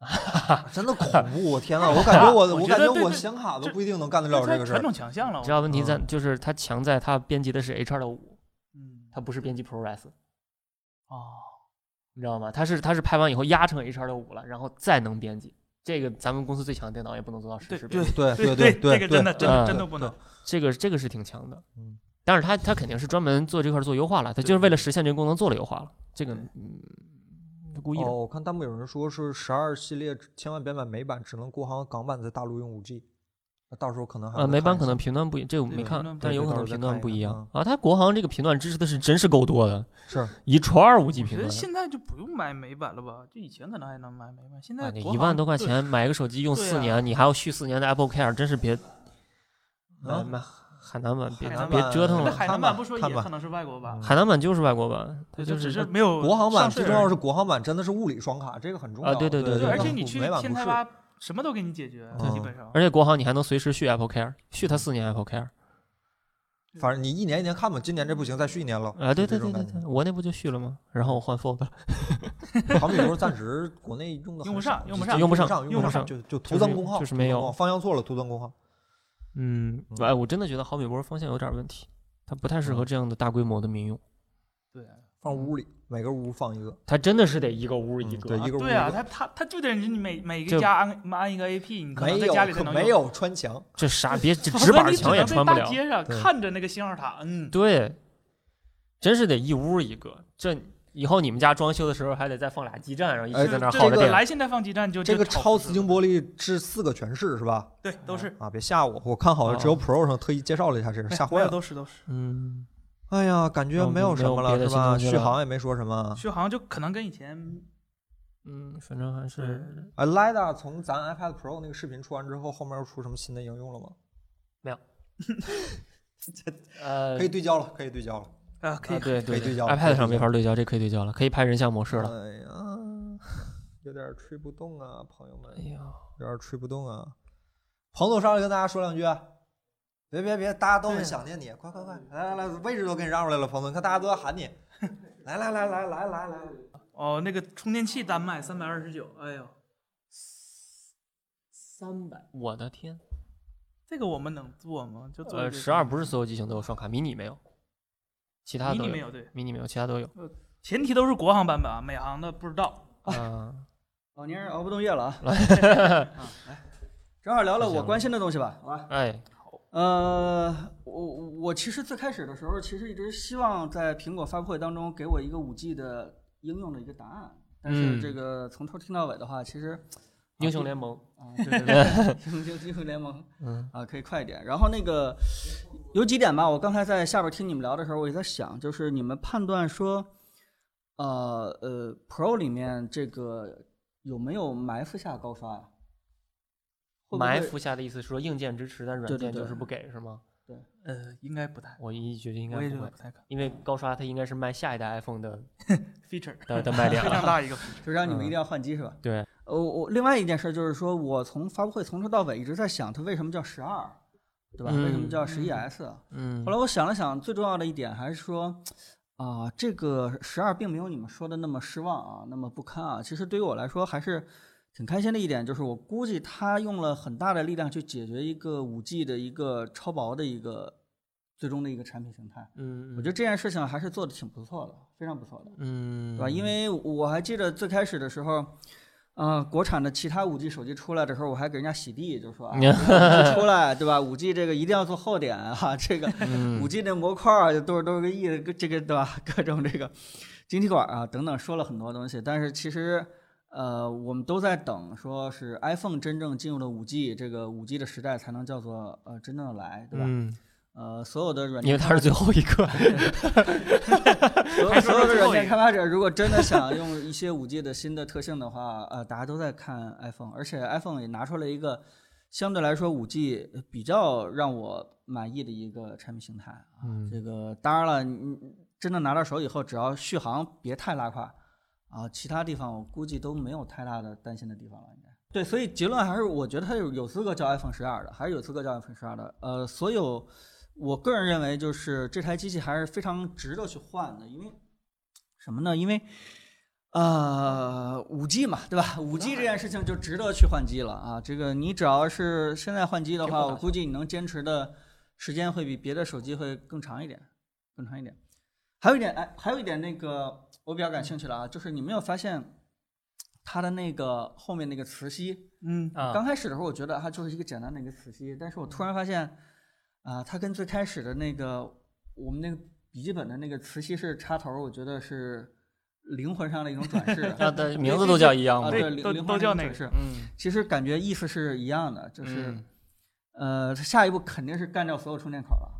Speaker 1: (laughs) 真的恐怖！我天呐，我感觉我
Speaker 3: 我
Speaker 1: 我
Speaker 3: 觉
Speaker 1: 感
Speaker 3: 得
Speaker 1: 觉
Speaker 3: 对
Speaker 1: 我
Speaker 3: 对
Speaker 1: 显卡都
Speaker 3: 这
Speaker 1: 不一定能干得了
Speaker 3: 他
Speaker 1: 这个事
Speaker 3: 传
Speaker 1: 儿。
Speaker 3: 统强项了
Speaker 2: 主，要问题在
Speaker 1: 嗯
Speaker 2: 就是它强在它编辑的是 H 2的五，
Speaker 3: 嗯，
Speaker 2: 它不是编辑 ProRes，
Speaker 3: 哦，
Speaker 2: 你知道吗？它是它是拍完以后压成 H 2的五了，然后再能编辑。这个咱们公司最强的电脑也不能做到实
Speaker 3: 对
Speaker 2: 时编
Speaker 3: 对
Speaker 2: 辑，
Speaker 1: 对
Speaker 3: 对
Speaker 1: 对
Speaker 3: 这个真的
Speaker 1: 对
Speaker 3: 真的
Speaker 2: 嗯
Speaker 3: 真的不能，
Speaker 2: 这个这个是挺强的。
Speaker 1: 嗯，
Speaker 2: 但是它它肯定是专门做这块儿做优化了，它就是为了实现这个功能做了优化了。这个
Speaker 3: 对
Speaker 2: 嗯，它故意的。
Speaker 1: 哦，我看弹幕有人说是十二系列千万别买美版，只能国行港版在大陆用五 G，那到时候可能还
Speaker 2: 呃，
Speaker 1: 会
Speaker 2: 美
Speaker 1: 看
Speaker 2: 版
Speaker 1: 一
Speaker 2: 可
Speaker 1: 下
Speaker 2: 能频段不一，这我
Speaker 3: 对
Speaker 2: 没
Speaker 3: 吧
Speaker 2: 看
Speaker 3: 频段，不
Speaker 2: 但
Speaker 1: 一
Speaker 2: 有
Speaker 1: 对
Speaker 2: 可
Speaker 1: 到
Speaker 2: 能
Speaker 1: 时候
Speaker 2: 频
Speaker 1: 再
Speaker 2: 段
Speaker 1: 看
Speaker 2: 不
Speaker 1: 一
Speaker 2: 一
Speaker 1: 看
Speaker 2: 样啊。它国行这个频段支持的是真是够多的，
Speaker 1: 是
Speaker 2: 一串二五 G
Speaker 3: 我
Speaker 2: 频
Speaker 3: 觉得
Speaker 2: 段。
Speaker 3: 现在就不用买美版了吧？就以前可能还能买美版，现
Speaker 2: 啊，
Speaker 3: 在
Speaker 2: 你
Speaker 3: 国
Speaker 2: 一万
Speaker 3: 行
Speaker 2: 多块
Speaker 3: 对
Speaker 2: 钱买个手机用
Speaker 3: 对
Speaker 2: 四
Speaker 3: 啊
Speaker 2: 年，你还要续四年的 Apple Care，真是别，
Speaker 1: 啊
Speaker 2: 买买海南版别
Speaker 1: 海南
Speaker 2: 别
Speaker 1: 版
Speaker 2: 折腾
Speaker 3: 那
Speaker 1: 看
Speaker 2: 了。
Speaker 3: (laughs) 海南
Speaker 1: 吧
Speaker 3: 版不说也
Speaker 1: 看吧
Speaker 3: 可能是外国版，
Speaker 2: 海南版就是外国版，它
Speaker 3: 对，
Speaker 2: 就
Speaker 3: 就只
Speaker 2: 是
Speaker 3: 是没有
Speaker 1: 国行版
Speaker 3: 上
Speaker 1: 最
Speaker 3: 税
Speaker 1: 重
Speaker 3: 而
Speaker 1: 要
Speaker 3: 已
Speaker 1: 是国行版真的是物理双卡，这个很重
Speaker 2: 啊
Speaker 1: 要。
Speaker 2: 对对对
Speaker 1: 对
Speaker 3: 对，而且
Speaker 1: 嗯
Speaker 3: 你去
Speaker 1: 美版
Speaker 3: 天
Speaker 1: 不
Speaker 3: 台
Speaker 1: 是
Speaker 3: 吧，什么都给你解决，它基
Speaker 1: 嗯
Speaker 3: 本上。
Speaker 2: 而且国行你还能随时续 Apple Care，续它四年 Apple Care。
Speaker 1: 反正你一年一年看吧，今年这不行，再续一年了。
Speaker 2: 啊，
Speaker 1: 就
Speaker 2: 对对
Speaker 1: 这种
Speaker 2: 对对
Speaker 1: 感觉
Speaker 2: 对，我那不就续了吗？然后我换 Fold 了。
Speaker 1: 毫米轴暂时国内用的
Speaker 3: 用不上用不上
Speaker 1: 用
Speaker 2: 用不上
Speaker 1: 上，
Speaker 2: 用
Speaker 1: 不
Speaker 2: 不
Speaker 1: 上，
Speaker 2: 上
Speaker 1: 就就
Speaker 2: 就
Speaker 1: 徒增
Speaker 2: 是
Speaker 1: 功耗，
Speaker 2: 就是
Speaker 1: 徒
Speaker 2: 没
Speaker 1: 增
Speaker 2: 有
Speaker 1: 功耗方向错了，徒增功耗。
Speaker 2: 嗯，
Speaker 1: 嗯
Speaker 2: 哎，我真的觉得毫米波方向有点问题，它不太适合
Speaker 1: 嗯
Speaker 2: 这样的大规模的民用。
Speaker 3: 对啊
Speaker 1: 放屋里，每个屋放一个，
Speaker 2: 它真的是得一个屋一
Speaker 1: 嗯
Speaker 2: 个
Speaker 1: 对
Speaker 2: 啊。
Speaker 1: 一个屋
Speaker 3: 对
Speaker 1: 一
Speaker 3: 啊，
Speaker 1: 个
Speaker 3: 他他他就得你每每
Speaker 2: 就
Speaker 3: 个家安安一个 AP，你可
Speaker 1: 没
Speaker 3: 能在
Speaker 1: 有
Speaker 3: 家里才
Speaker 1: 可
Speaker 3: 能
Speaker 1: 没
Speaker 3: 用。
Speaker 1: 有穿墙，
Speaker 2: 这啥别这
Speaker 3: 否
Speaker 2: 直
Speaker 3: 则
Speaker 2: 板
Speaker 3: 你只
Speaker 2: 墙也
Speaker 3: 能在
Speaker 2: 穿不
Speaker 3: 大
Speaker 2: 了。
Speaker 3: 街上
Speaker 1: 对
Speaker 3: 看着那个信号塔，嗯，
Speaker 2: 对，真是得一屋一个。这以后你们家装修的时候还得再放俩基站，然后一
Speaker 1: 哎
Speaker 2: 直在那儿
Speaker 3: 这
Speaker 2: 耗着
Speaker 3: 个
Speaker 2: 电。
Speaker 3: 来现代放基站就
Speaker 1: 这
Speaker 3: 就
Speaker 1: 个
Speaker 3: 吵
Speaker 1: 超
Speaker 3: 死
Speaker 1: 磁
Speaker 3: 了
Speaker 1: 晶玻璃是四个全是是吧？
Speaker 3: 对都是
Speaker 1: 啊，别吓我，我看好像只有
Speaker 2: 哦
Speaker 1: Pro 上特意介绍了一下这个，
Speaker 3: 没
Speaker 1: 吓
Speaker 3: 有
Speaker 1: 坏了。
Speaker 3: 都是都是。
Speaker 2: 嗯，
Speaker 1: 哎呀，感觉
Speaker 2: 嗯
Speaker 1: 没有
Speaker 2: 没
Speaker 1: 什
Speaker 2: 有
Speaker 1: 么
Speaker 2: 别
Speaker 1: 了
Speaker 2: 的
Speaker 1: 是
Speaker 2: 新
Speaker 1: 吧？
Speaker 2: 东西
Speaker 1: 续
Speaker 2: 了
Speaker 1: 航也没说什么。
Speaker 3: 续航就可能跟以前
Speaker 2: 嗯，反正还是
Speaker 1: 啊，LiDAR 从咱 iPad Pro 那个视频出完之后，后面又出什么新的应用了吗？
Speaker 2: 呃
Speaker 1: 可以对焦了，可以对焦了。
Speaker 3: 啊可以
Speaker 2: 啊对
Speaker 1: 可以
Speaker 2: 对
Speaker 1: 对焦可以
Speaker 2: iPad
Speaker 1: 对
Speaker 2: 上没
Speaker 1: 焦
Speaker 2: 法对焦，这可以对焦了，可以拍人像模式了。
Speaker 1: 哎呀， (laughs) 有点吹不动啊，朋友们
Speaker 2: 哎。呀，
Speaker 1: 有点吹不动啊。彭总上来跟大家说两句啊，别别别，大家都很想念你，快快快，来来来，位置都给你让出来了，彭总，看大家都在喊你，来来来来来来来，
Speaker 3: 哦，那个充电器单卖三百二十九，哎呦，
Speaker 2: 三百，我的天！
Speaker 3: 这个我们能做吗？就做
Speaker 2: 呃，
Speaker 3: 这个
Speaker 2: 十二不是所有机型都有双卡，迷你没有，其他
Speaker 3: 迷
Speaker 2: 都
Speaker 3: 你没
Speaker 2: 有，
Speaker 3: 有对，
Speaker 2: 迷你没有，其他都
Speaker 4: (laughs)
Speaker 2: 有。
Speaker 3: 前提都是国行版本啊，美行的不知道。
Speaker 2: 啊，
Speaker 4: 老年人熬不动夜了
Speaker 1: (laughs)
Speaker 4: 啊！正好聊聊我关心的东西吧，好吧？
Speaker 2: 哎，
Speaker 4: 呃，我我其实最开始的时候，其实一直希望在苹果发布会当中给我一个5 G 的应用的一个答案，但
Speaker 2: 嗯
Speaker 4: 是这个从头听到尾的话，其实
Speaker 2: 英雄联盟，
Speaker 4: 啊，对对对，英雄英雄联盟，
Speaker 2: 嗯
Speaker 4: 啊，可以快一点。然后那个有几点吧，我刚才在下边听你们聊的时候，我也在想，就是你们判断说，呃呃，Pro 里面这个有没有埋伏下高刷呀、会不会
Speaker 2: 埋伏下的意思是说硬件支持，但软
Speaker 4: 对对
Speaker 2: 件就
Speaker 4: 对
Speaker 2: 是不给，是吗？
Speaker 3: 呃，应该不太，
Speaker 2: 我一觉得应该
Speaker 3: 我也觉
Speaker 2: 不
Speaker 3: 得
Speaker 2: 会
Speaker 3: 不，太可能。
Speaker 2: 因为高刷它应该是卖下一代 iPhone
Speaker 4: (laughs)
Speaker 2: 的
Speaker 3: feature (laughs)
Speaker 2: 的的卖点
Speaker 3: 非常
Speaker 2: 了。
Speaker 3: 大
Speaker 2: (laughs)
Speaker 3: 一个 feature，
Speaker 4: 就让你们
Speaker 2: 嗯
Speaker 4: 一定要换机是吧？
Speaker 2: 对，
Speaker 4: 呃，我另外一件事就是说，我从发布会从头到尾一直在想，它为什么叫十二，对吧？为什么
Speaker 2: 嗯
Speaker 4: 叫十一 S？、
Speaker 2: 嗯
Speaker 4: 后来我想了想，最重要的一点还是说，啊、这个十二并没有你们说的那么失望啊，那么不堪啊。其实对于我来说，还是挺开心的一点，就是我估计它用了很大的力量去解决一个五 G 的一个超薄的一个最终的一个产品形态。
Speaker 2: 嗯，
Speaker 4: 我觉得这件事情还是做的挺不错的，非常不错的，
Speaker 2: 嗯，
Speaker 4: 对吧？因为我还记得最开始的时候。嗯，国产的其他五 G 手机出来的时候，我还给人家洗地，就
Speaker 2: (laughs)
Speaker 4: 说啊，出来对吧？五 G 这个一定要做厚点啊，这个
Speaker 2: 嗯
Speaker 4: (laughs) 五 G 的模块儿啊都是都是个亿的个这个对吧？各种这个晶体管啊等等，说了很多东西。但是其实呃，我们都在等，说是 iPhone 真正进入了五 G 这个五 G 的时代，才能叫做呃真正的来，对吧？
Speaker 2: 嗯
Speaker 4: 呃，所有的软
Speaker 2: 因
Speaker 4: 件
Speaker 2: 为它是最后一
Speaker 4: (laughs)
Speaker 2: 个。
Speaker 4: 所有
Speaker 3: 还说
Speaker 4: 所有
Speaker 3: 是
Speaker 4: 的
Speaker 3: 最
Speaker 4: 软
Speaker 3: 后一
Speaker 4: 件
Speaker 3: 个
Speaker 4: 开发者，如果真
Speaker 3: (laughs)
Speaker 4: 的想用一些五 G 的新的特性的话，呃，大家都在看 iPhone，而且 iPhone 也拿出了一个相对来说五 G 比较让我满意的一个产品形态啊。
Speaker 1: 嗯
Speaker 4: 这个当然了，你你真的拿到手以后，只要续航别太拉胯啊，其他地方我估计都没有太大的担心的地方了，应该。对，所以结论还是我觉得它有有资格叫 iPhone 十二的，还是有资格叫 iPhone 十二的。呃，所有我个人认为就是这台机器还是非常值得去换的，因为什么呢？因为呃，五 G 嘛，对吧？五 G 这件事情就值得去换机了啊！这个你只要是现在换机的
Speaker 2: 挺不
Speaker 4: 话，
Speaker 2: 打
Speaker 4: 我估计你能坚持的时间会比别的手机会更长一点，更长一点。还有一点，哎，还有一点，那个我比较感兴趣了啊，就是你没有发现它的那个后面那个磁吸？
Speaker 3: 嗯，
Speaker 2: 啊，
Speaker 4: 刚开始的时候，我觉得它就是一个简单的一个磁吸，但是我突然发现，啊、它跟最开始的那个我们那个笔记本的那个磁吸式插头，我觉得是灵魂上的一种转世
Speaker 2: 啊，对，名字都叫一样嘛。
Speaker 4: 啊，
Speaker 3: 对
Speaker 4: 对，
Speaker 3: 都
Speaker 4: 灵
Speaker 3: 都
Speaker 4: 魂
Speaker 3: 叫
Speaker 4: 上的
Speaker 3: 那
Speaker 4: 一种
Speaker 3: 个
Speaker 4: 转世，
Speaker 2: 嗯，
Speaker 4: 其实感觉意思是一样的，就是、嗯呃，它下一步肯定是干掉所有充电口了。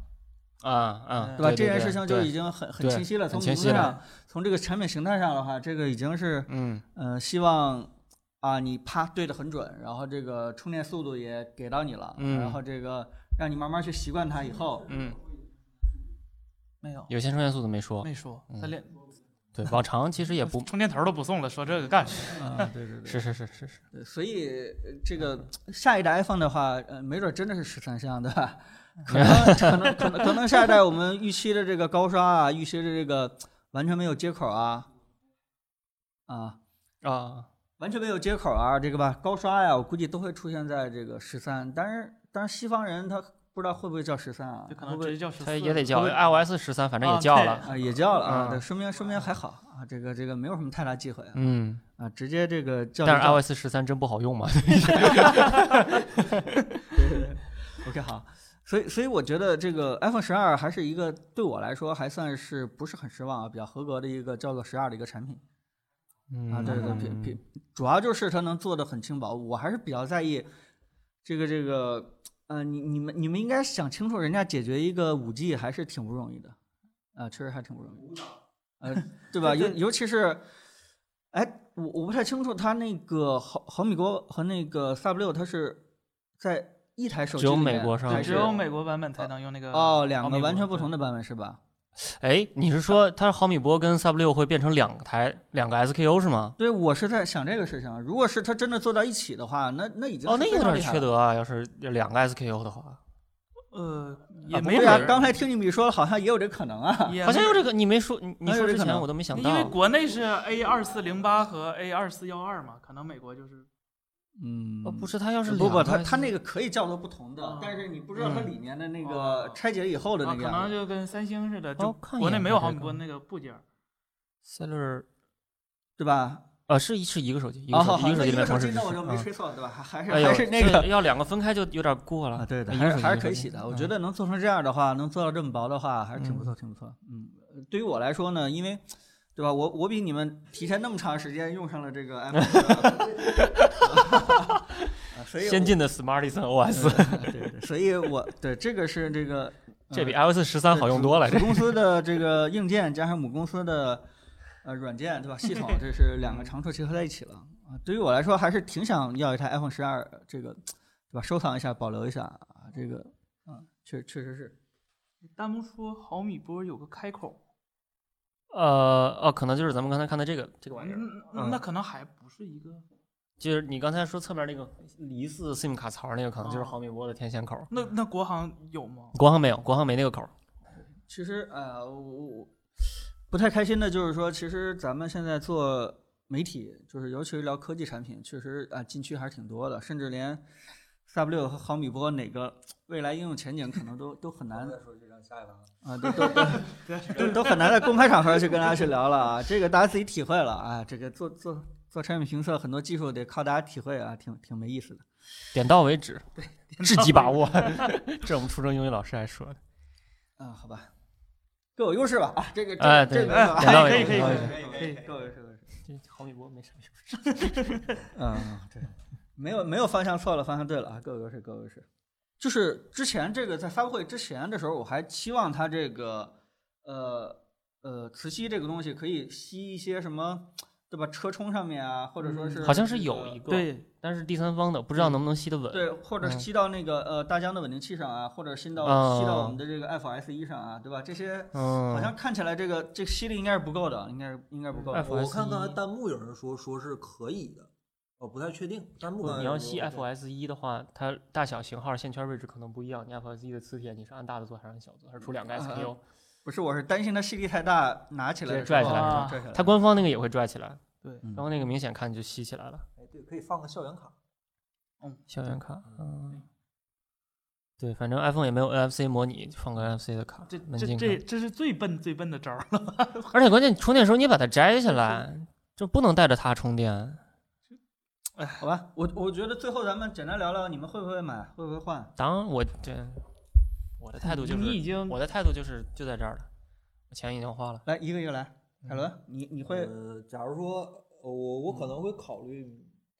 Speaker 2: 啊啊，
Speaker 4: 对吧？
Speaker 2: 对
Speaker 4: 这件事情就
Speaker 2: 对
Speaker 4: 已经很很
Speaker 2: 对
Speaker 4: 清晰了。
Speaker 2: 很
Speaker 4: 从
Speaker 2: 清
Speaker 4: 名
Speaker 2: 晰
Speaker 4: 字
Speaker 2: 了
Speaker 4: 上，从这个产品形态上的话，这个已经是
Speaker 2: 嗯
Speaker 4: 呃，希望啊你啪对的很准，然后这个充电速度也给到你了，
Speaker 2: 嗯
Speaker 4: 然后这个让你慢慢去习惯它以后，
Speaker 2: 嗯，
Speaker 3: 没有，
Speaker 2: 有线充电速度没说，
Speaker 3: 没说，
Speaker 2: 嗯
Speaker 3: 他连
Speaker 4: (laughs)
Speaker 2: 对，往常其实也不，
Speaker 3: 充电头都不送了，说这个干什么？
Speaker 4: 啊，对对
Speaker 2: 是是是是是，
Speaker 4: 对，所以呃这个下一代 iPhone 的话，呃，没准真的是十三香，对吧？可能 (laughs) 可能可能可能下一代我们预期的这个高刷啊，预期的这个完全没有接口啊，啊，
Speaker 2: 啊，
Speaker 4: 完全没有接口啊，这个吧，高刷呀，我估计都会出现在这个十三。但是，但是西方人他不知道会不会叫十三啊？
Speaker 3: 就可
Speaker 4: 会
Speaker 3: 能
Speaker 4: 不会
Speaker 3: 直接叫十
Speaker 2: 它
Speaker 3: 四，
Speaker 2: 也得叫
Speaker 3: 会不会
Speaker 2: iOS 十三，反正也
Speaker 3: 啊
Speaker 2: 叫
Speaker 3: 对
Speaker 2: 了，
Speaker 4: 啊，也叫了啊，
Speaker 2: 嗯
Speaker 4: 对，说明说明还好啊，这个这个没有什么太大忌讳啊，
Speaker 2: 嗯，
Speaker 4: 啊，直接这个叫就
Speaker 2: 但是
Speaker 4: 叫。
Speaker 2: iOS 十三真不好
Speaker 4: (laughs)
Speaker 2: 用嘛，
Speaker 4: OK 好，所以所以我觉得这个 iPhone 十二还是一个对我来说还算是不是很失望啊，比较合格的一个叫做十二的一个产品。啊，对对，
Speaker 2: 嗯
Speaker 4: 比比主要就是它能做的很轻薄，我还是比较在意这个这个，呃，你你们你们应该想清楚，人家解决一个五 G 还是挺不容易的，啊、确实还挺不容易，呃，
Speaker 2: (laughs)
Speaker 4: 对吧？尤尤其是，哎，我我不太清楚它那个毫毫米波和那个 Sub 六，它是在一台手
Speaker 2: 只
Speaker 4: 机
Speaker 2: 有
Speaker 4: 里
Speaker 2: 美
Speaker 4: 面
Speaker 2: 国上
Speaker 4: 还
Speaker 3: 对，
Speaker 4: 是
Speaker 3: 只有美国版本才能用那个
Speaker 4: 哦，两
Speaker 3: 毫
Speaker 4: 个
Speaker 3: 米
Speaker 4: 完
Speaker 3: 波
Speaker 4: 全不同
Speaker 3: 对
Speaker 4: 的版本是吧？
Speaker 2: 哎，你是
Speaker 4: (laughs)
Speaker 2: 说它毫米波跟 Sub 六会变成两台两个 SKU 是吗？
Speaker 4: 对，我是在想这个事情。如果是它真的做到一起的话，那那已经
Speaker 2: 哦，
Speaker 4: 是
Speaker 2: 那
Speaker 4: 非
Speaker 2: 有
Speaker 4: 常
Speaker 2: 点
Speaker 4: 厉害
Speaker 2: 缺
Speaker 4: 了
Speaker 2: 德啊！要是两个 SKU 的话，
Speaker 3: 呃，也
Speaker 2: 不
Speaker 3: 没
Speaker 4: 对
Speaker 3: 准
Speaker 4: 啊
Speaker 3: 儿，
Speaker 4: 刚才听你们好像好像也有这可能啊。
Speaker 3: 也
Speaker 2: 好像
Speaker 3: 没
Speaker 2: 有这个，你没说，你你
Speaker 4: 哎有
Speaker 2: 说
Speaker 4: 这
Speaker 2: 之
Speaker 4: 可
Speaker 2: 前
Speaker 4: 能
Speaker 2: 我都没想
Speaker 3: 因为
Speaker 2: 到。
Speaker 3: 国内是 A 二四零八和 A 二四幺二嘛，可能美国就是
Speaker 4: 嗯
Speaker 2: 哦，不是，它要是嗯
Speaker 4: 不
Speaker 2: 两
Speaker 4: 不，
Speaker 2: 个
Speaker 4: 它它
Speaker 2: SKU
Speaker 4: 那个可以叫做不同的
Speaker 3: 啊，
Speaker 4: 但是你不知道它里面的那个
Speaker 3: 哦
Speaker 4: 拆解以后的
Speaker 3: 啊，
Speaker 4: 那
Speaker 3: 可
Speaker 4: 个样
Speaker 3: 能
Speaker 4: 子。
Speaker 3: 就跟三星似的，
Speaker 2: 哦
Speaker 3: 就
Speaker 2: 看一
Speaker 3: 国内
Speaker 2: 眼
Speaker 3: 没
Speaker 2: 吧
Speaker 3: 有
Speaker 2: 这
Speaker 3: 毫米
Speaker 2: 个
Speaker 3: 波那个部件儿。
Speaker 2: cellular
Speaker 4: 对吧？
Speaker 2: 呃是一是一个手机，一
Speaker 4: 啊
Speaker 2: 个手
Speaker 4: 好
Speaker 2: 机
Speaker 4: 好
Speaker 2: 一个手
Speaker 4: 那
Speaker 2: 机里面同
Speaker 4: 一个手机
Speaker 2: 时
Speaker 4: 那我就没吹错，对吧？ (laughs) 还还是
Speaker 2: 啊哎呦，
Speaker 4: 还是那个
Speaker 2: 这要两个分开就有点过了
Speaker 4: 啊，对的，
Speaker 2: 一
Speaker 4: 还
Speaker 2: 个
Speaker 4: 是
Speaker 2: 手机
Speaker 4: 还
Speaker 2: 一
Speaker 4: 是
Speaker 2: 个
Speaker 4: 可以
Speaker 2: 手
Speaker 4: 洗
Speaker 2: 机啊
Speaker 4: 的。我觉得能做成这样的话，能做到这么薄的话，还是挺不
Speaker 2: 嗯
Speaker 4: 错，挺不错。嗯，呃对于我来说呢，因为对吧，我我比你们提前那么长时间用上了这个 iPhone，啊所以我
Speaker 2: 先进的 Smartisan (laughs) OS，
Speaker 4: 嗯对对对，所以我对这个是这个
Speaker 2: 这比
Speaker 4: 呃
Speaker 2: iOS 十三好用多了。
Speaker 4: 子
Speaker 2: 这
Speaker 4: 子公司的这个硬件加上母公司的呃软件，对吧？系统这是两个长处结合在一起了啊。对于我来说，还是挺想要一台 iPhone 十二，这个对吧？收藏一下，保留一下啊。这个嗯，确确实是
Speaker 3: 弹幕说毫米波有个开口，
Speaker 2: 呃哦，可能就是咱们刚才看的这个这个玩意儿。
Speaker 3: 嗯
Speaker 2: 嗯
Speaker 3: 那可能还不是一个，
Speaker 2: 就是你刚才说侧面那个疑似 SIM 卡槽那个，可能就是
Speaker 3: 哦
Speaker 2: 毫米波的天线口儿。
Speaker 3: 那那国行有吗？
Speaker 2: 国行没有，国行没那个口儿。
Speaker 4: 其实呃，我我不太开心的就是说，其实咱们现在做媒体，就是尤其是聊科技产品，确实啊禁区还是挺多的，甚至连 Sub 六和毫米波哪个未来应用前景可能都都很难
Speaker 1: 说这让下一盘。
Speaker 4: 啊，都都都都很难在公开场合去跟大家去聊了啊，这个大家自己体会了啊，这个做做做产品评测，很多技术得靠大家体会啊，挺挺没意思的。
Speaker 2: 点到为止， (laughs) 至极把握。 (laughs) 这我们初中英语老师还说的。
Speaker 4: (laughs) 啊，好吧，各有优势吧啊，这个这
Speaker 2: 哎
Speaker 4: 个这
Speaker 2: 对
Speaker 4: 个
Speaker 3: 哎
Speaker 4: 啊
Speaker 2: 讲到
Speaker 4: 可
Speaker 2: 位
Speaker 4: 以可以
Speaker 2: 讲到
Speaker 4: 可以
Speaker 2: 位
Speaker 4: 可以，各有优势各有优势。
Speaker 2: 这毫米波没啥用。
Speaker 4: 嗯，对，没有没有方向错了，方向对了啊，各有优势各有优势。就是之前这个在发布会之前的时候，我还期望它这个呃呃磁吸这个东西可以吸一些什么，对吧？车充上面啊，或者说是、
Speaker 2: 嗯好像是有一个，，
Speaker 3: 对，
Speaker 2: 但是第三方的不知道能不能吸得稳。
Speaker 4: 对，或者
Speaker 2: 嗯
Speaker 4: 吸到那个、呃大疆的稳定器上啊，或者吸到、
Speaker 2: 啊
Speaker 4: 吸到我们的这个 F S 一上啊，对吧？这些
Speaker 2: 嗯，
Speaker 4: 好像看起来这个这个吸力应该是不够的，应该是应该是不够的。
Speaker 2: F
Speaker 1: 我
Speaker 2: FS1
Speaker 1: 看刚才弹幕有人说说是可以的，我不太确定。弹幕
Speaker 2: 不
Speaker 1: 刚才
Speaker 2: 呃哦你
Speaker 1: 有
Speaker 2: 要
Speaker 1: 人
Speaker 2: 吸
Speaker 1: 说
Speaker 2: FS 一的话，它大小、型号、线圈位置可能不一样。你 FS 一的磁铁，你是按大的做还是按小做，还是出两个
Speaker 4: 啊
Speaker 2: SKU？、
Speaker 4: 不是，我是担心它吸力太大，拿起来
Speaker 2: 直接
Speaker 4: 的时
Speaker 2: 拽起来
Speaker 3: 是
Speaker 4: 候嗯
Speaker 3: 吧
Speaker 4: 啊拽起来。
Speaker 2: 它官方那个也会拽起来，
Speaker 3: 对
Speaker 2: 然后那个明显看就吸起来了。
Speaker 1: 哎，对，可以放个校园卡。
Speaker 2: 校园卡，嗯，对，反正 iPhone 也没有 NFC 模拟，就放个 NFC 的卡，
Speaker 3: 这
Speaker 2: 门
Speaker 3: 这
Speaker 2: 禁
Speaker 3: 这
Speaker 2: 卡
Speaker 3: 这是最笨最笨的招儿了，
Speaker 2: 而且关键充电时候你也把它摘下来，就不能带着它充电。
Speaker 4: 好吧，我我觉得最后咱们简单聊聊，你们会不会买，会不会换？
Speaker 2: 当我这我的
Speaker 3: (laughs)
Speaker 2: 态度就
Speaker 3: 你已
Speaker 2: 是，
Speaker 3: 经
Speaker 2: 我的态度就是就在这儿了，我钱已经花了。
Speaker 4: 来，一个一个来。凯伦，你你会
Speaker 1: 呃，假如说呃我
Speaker 2: 嗯
Speaker 1: 我可能会考虑，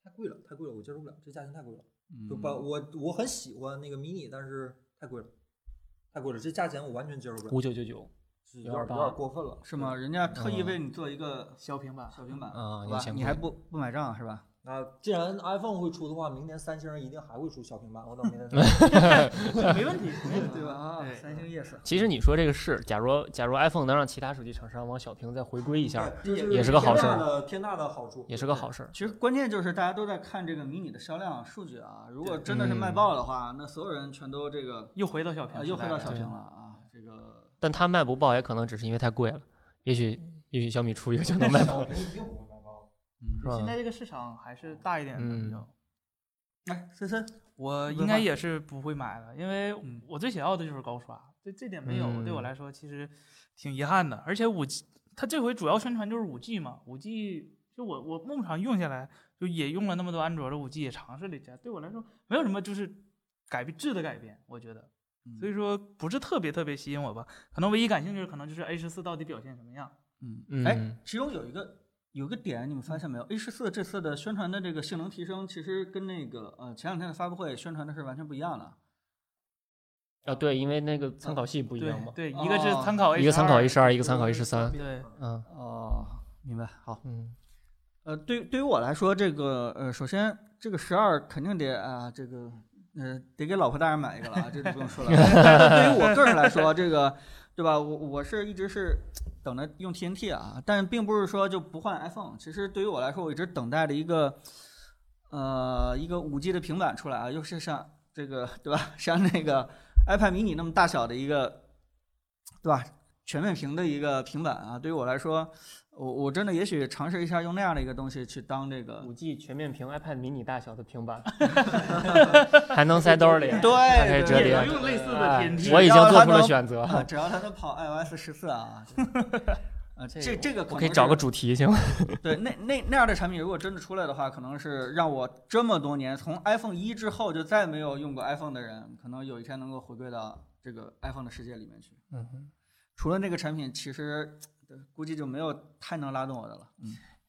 Speaker 1: 太贵了，太贵了，我接受不了，这价钱太贵了。
Speaker 3: 嗯
Speaker 1: 就把
Speaker 2: 嗯
Speaker 1: 我我很喜欢那个 mini，但是太贵了，太贵了，这价钱我完全接受不了，
Speaker 2: 五九九九
Speaker 1: 是有点有点
Speaker 2: 128
Speaker 1: 过分了。
Speaker 4: 是吗？人家特意为你做一个小平板，小平板，
Speaker 2: 啊，
Speaker 4: 好
Speaker 2: 有
Speaker 4: 吧？
Speaker 2: 钱
Speaker 4: 你
Speaker 2: 贵
Speaker 4: 还不不买账是吧？
Speaker 1: 那既然 iPhone 会出的话，明年三星一定还会出小平板，我等明
Speaker 2: (laughs)
Speaker 1: 年再说。
Speaker 3: 没问题，没问题
Speaker 4: (laughs) 对吧？啊
Speaker 3: 对，
Speaker 4: 三星 yes，
Speaker 2: 其实你说这个是，假如假如 iPhone 能让其他手机厂商往小屏再回归一下，
Speaker 1: 这
Speaker 2: 也是个好事
Speaker 1: 天
Speaker 2: 儿
Speaker 1: 大的天大的好处，
Speaker 2: 也是个好事儿。
Speaker 4: 其实关键就是大家都在看这个迷你的销量数据啊，如果真的是卖爆的话，那所有人全都这个
Speaker 3: 又回到小
Speaker 4: 啊
Speaker 3: 屏，
Speaker 4: 又回到小
Speaker 2: 对
Speaker 4: 屏了啊，这个
Speaker 2: 但它卖不爆，也可能只是因为太贵了。也许也许小米出一个就能卖爆， (laughs)
Speaker 1: 一定不会卖爆。
Speaker 2: 是吧
Speaker 3: 现？在这个市场还是大一点的比较。
Speaker 2: 嗯
Speaker 4: 哎，森森，
Speaker 3: 我
Speaker 4: 不
Speaker 3: 呃应该
Speaker 4: 怕
Speaker 3: 也是不会买的，因为我最想要的就是高刷，这这点没有，对
Speaker 2: 嗯
Speaker 3: 我来说其实挺遗憾的。而且五 G，它这回主要宣传就是五 G 嘛，五 G 就我我孟尝用下来，就也用了那么多安卓的五 G，也尝试了一下，对我来说没有什么就是改变质的改变，我觉得，
Speaker 4: 嗯
Speaker 3: 所
Speaker 2: 嗯
Speaker 3: 以说不是特别特别吸引我吧。可能唯一感兴趣的可能就是 A 十四到底表现什么样。
Speaker 4: 嗯，
Speaker 2: 嗯
Speaker 4: 哎，其中有一个有个点，你们发现没有？A 十四这次的宣传的这个性能提升，其实跟那个呃前两天的发布会宣传的是完全不一样的。
Speaker 2: 啊，对，因为那个参考系不一
Speaker 3: 对
Speaker 2: 样嘛，
Speaker 3: 对，一个是
Speaker 4: 哦
Speaker 3: 参考 A，
Speaker 2: 一个参考 A
Speaker 3: 12
Speaker 2: 十二，一个参考 A 十三。
Speaker 3: 对
Speaker 2: 嗯
Speaker 4: 哦，明白，好。
Speaker 2: 嗯，
Speaker 4: 呃，对，对于我来说，这个呃，首先这个十二肯定得啊、这个呃，得给老婆大人买一个了啊，这就不用说了。但是对于我个人来说，这个对吧？我我是一直是等着用 TNT 啊，但并不是说就不换 iPhone。其实对于我来说，我一直等待着一个呃一个五 G 的平板出来啊，又是像这个对吧，像那个 iPad mini 那么大小的一个对吧全面屏的一个平板啊，对于我来说。我我真的也许尝试一下用那样的一个东西去当这个，
Speaker 2: 五 G 全面屏 iPad mini 大小的平板， (laughs) 还能塞兜里，还可以
Speaker 4: 对，
Speaker 2: 折
Speaker 3: 也
Speaker 2: 叠
Speaker 3: 能。用类似
Speaker 2: (laughs)
Speaker 3: 的
Speaker 2: 哎
Speaker 3: 天梯。
Speaker 2: 我已经
Speaker 4: 然后
Speaker 2: 做
Speaker 4: 它
Speaker 2: 出了
Speaker 4: 能
Speaker 2: 选择，
Speaker 4: 啊只要它能跑 iOS 十四啊，啊，这这个
Speaker 2: 我
Speaker 4: 可
Speaker 2: 可以
Speaker 4: 能
Speaker 2: 找
Speaker 4: 是
Speaker 2: 个主题行吗？
Speaker 4: 对那那那样的产品，如果真的出来的话，可能是让我这么多年从 iPhone 一之后就再没有用过 iPhone 的人，可能有一天能够回归到这个 iPhone 的世界里面去。
Speaker 2: 嗯哼，
Speaker 4: 除了那个产品，其实呃估计就没有太能拉动我的了。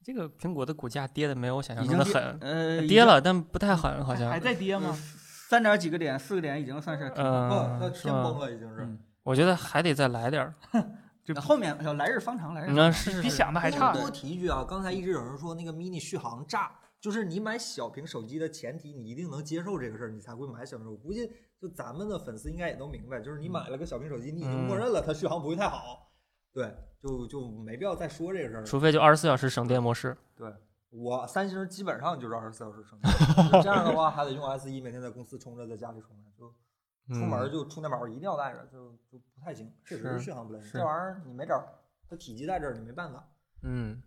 Speaker 2: 这个苹果的股价跌的没有我想象
Speaker 4: 已
Speaker 2: 中
Speaker 4: 经
Speaker 2: 的
Speaker 4: 跌
Speaker 2: 狠，
Speaker 4: 呃，已
Speaker 2: 跌
Speaker 4: 经
Speaker 2: 了，但不太狠，好像
Speaker 3: 还。在跌吗？
Speaker 4: 三点几个点、四个点，已经算是挺
Speaker 1: 不，啊那
Speaker 2: 嗯，是
Speaker 1: 天
Speaker 2: 吗
Speaker 1: 崩？了已经是。
Speaker 4: 嗯
Speaker 2: 我觉得还得再来点儿。
Speaker 3: 就
Speaker 4: 后面呃来日方长，来日方长。
Speaker 2: 那是是
Speaker 3: 比
Speaker 2: 是
Speaker 3: 想的还
Speaker 1: 多
Speaker 3: 差。
Speaker 1: 多提一句啊，刚才一直有人说那个 mini 续航炸，就是你买小屏手机的前提，你一定能接受这个事儿，你才会买小屏手机。我估计就咱们的粉丝应该也都明白，就是你买了个小屏手机，你已经默认了它续航不会太好，对，就就没必要再说这个事儿了。
Speaker 2: 除非就二十四小时省电模式。
Speaker 1: 对我三星基本上就是二十四小时充电，就这样的话还得用 S 一每天在公司充着，在家里充着，就
Speaker 2: 嗯
Speaker 1: 出门就充电宝一定要带着，就就不太行，确实
Speaker 2: 是
Speaker 1: 是续航不来。
Speaker 2: 是
Speaker 1: 这玩意儿你没招儿，它体积在这儿，你没办法。
Speaker 2: 嗯，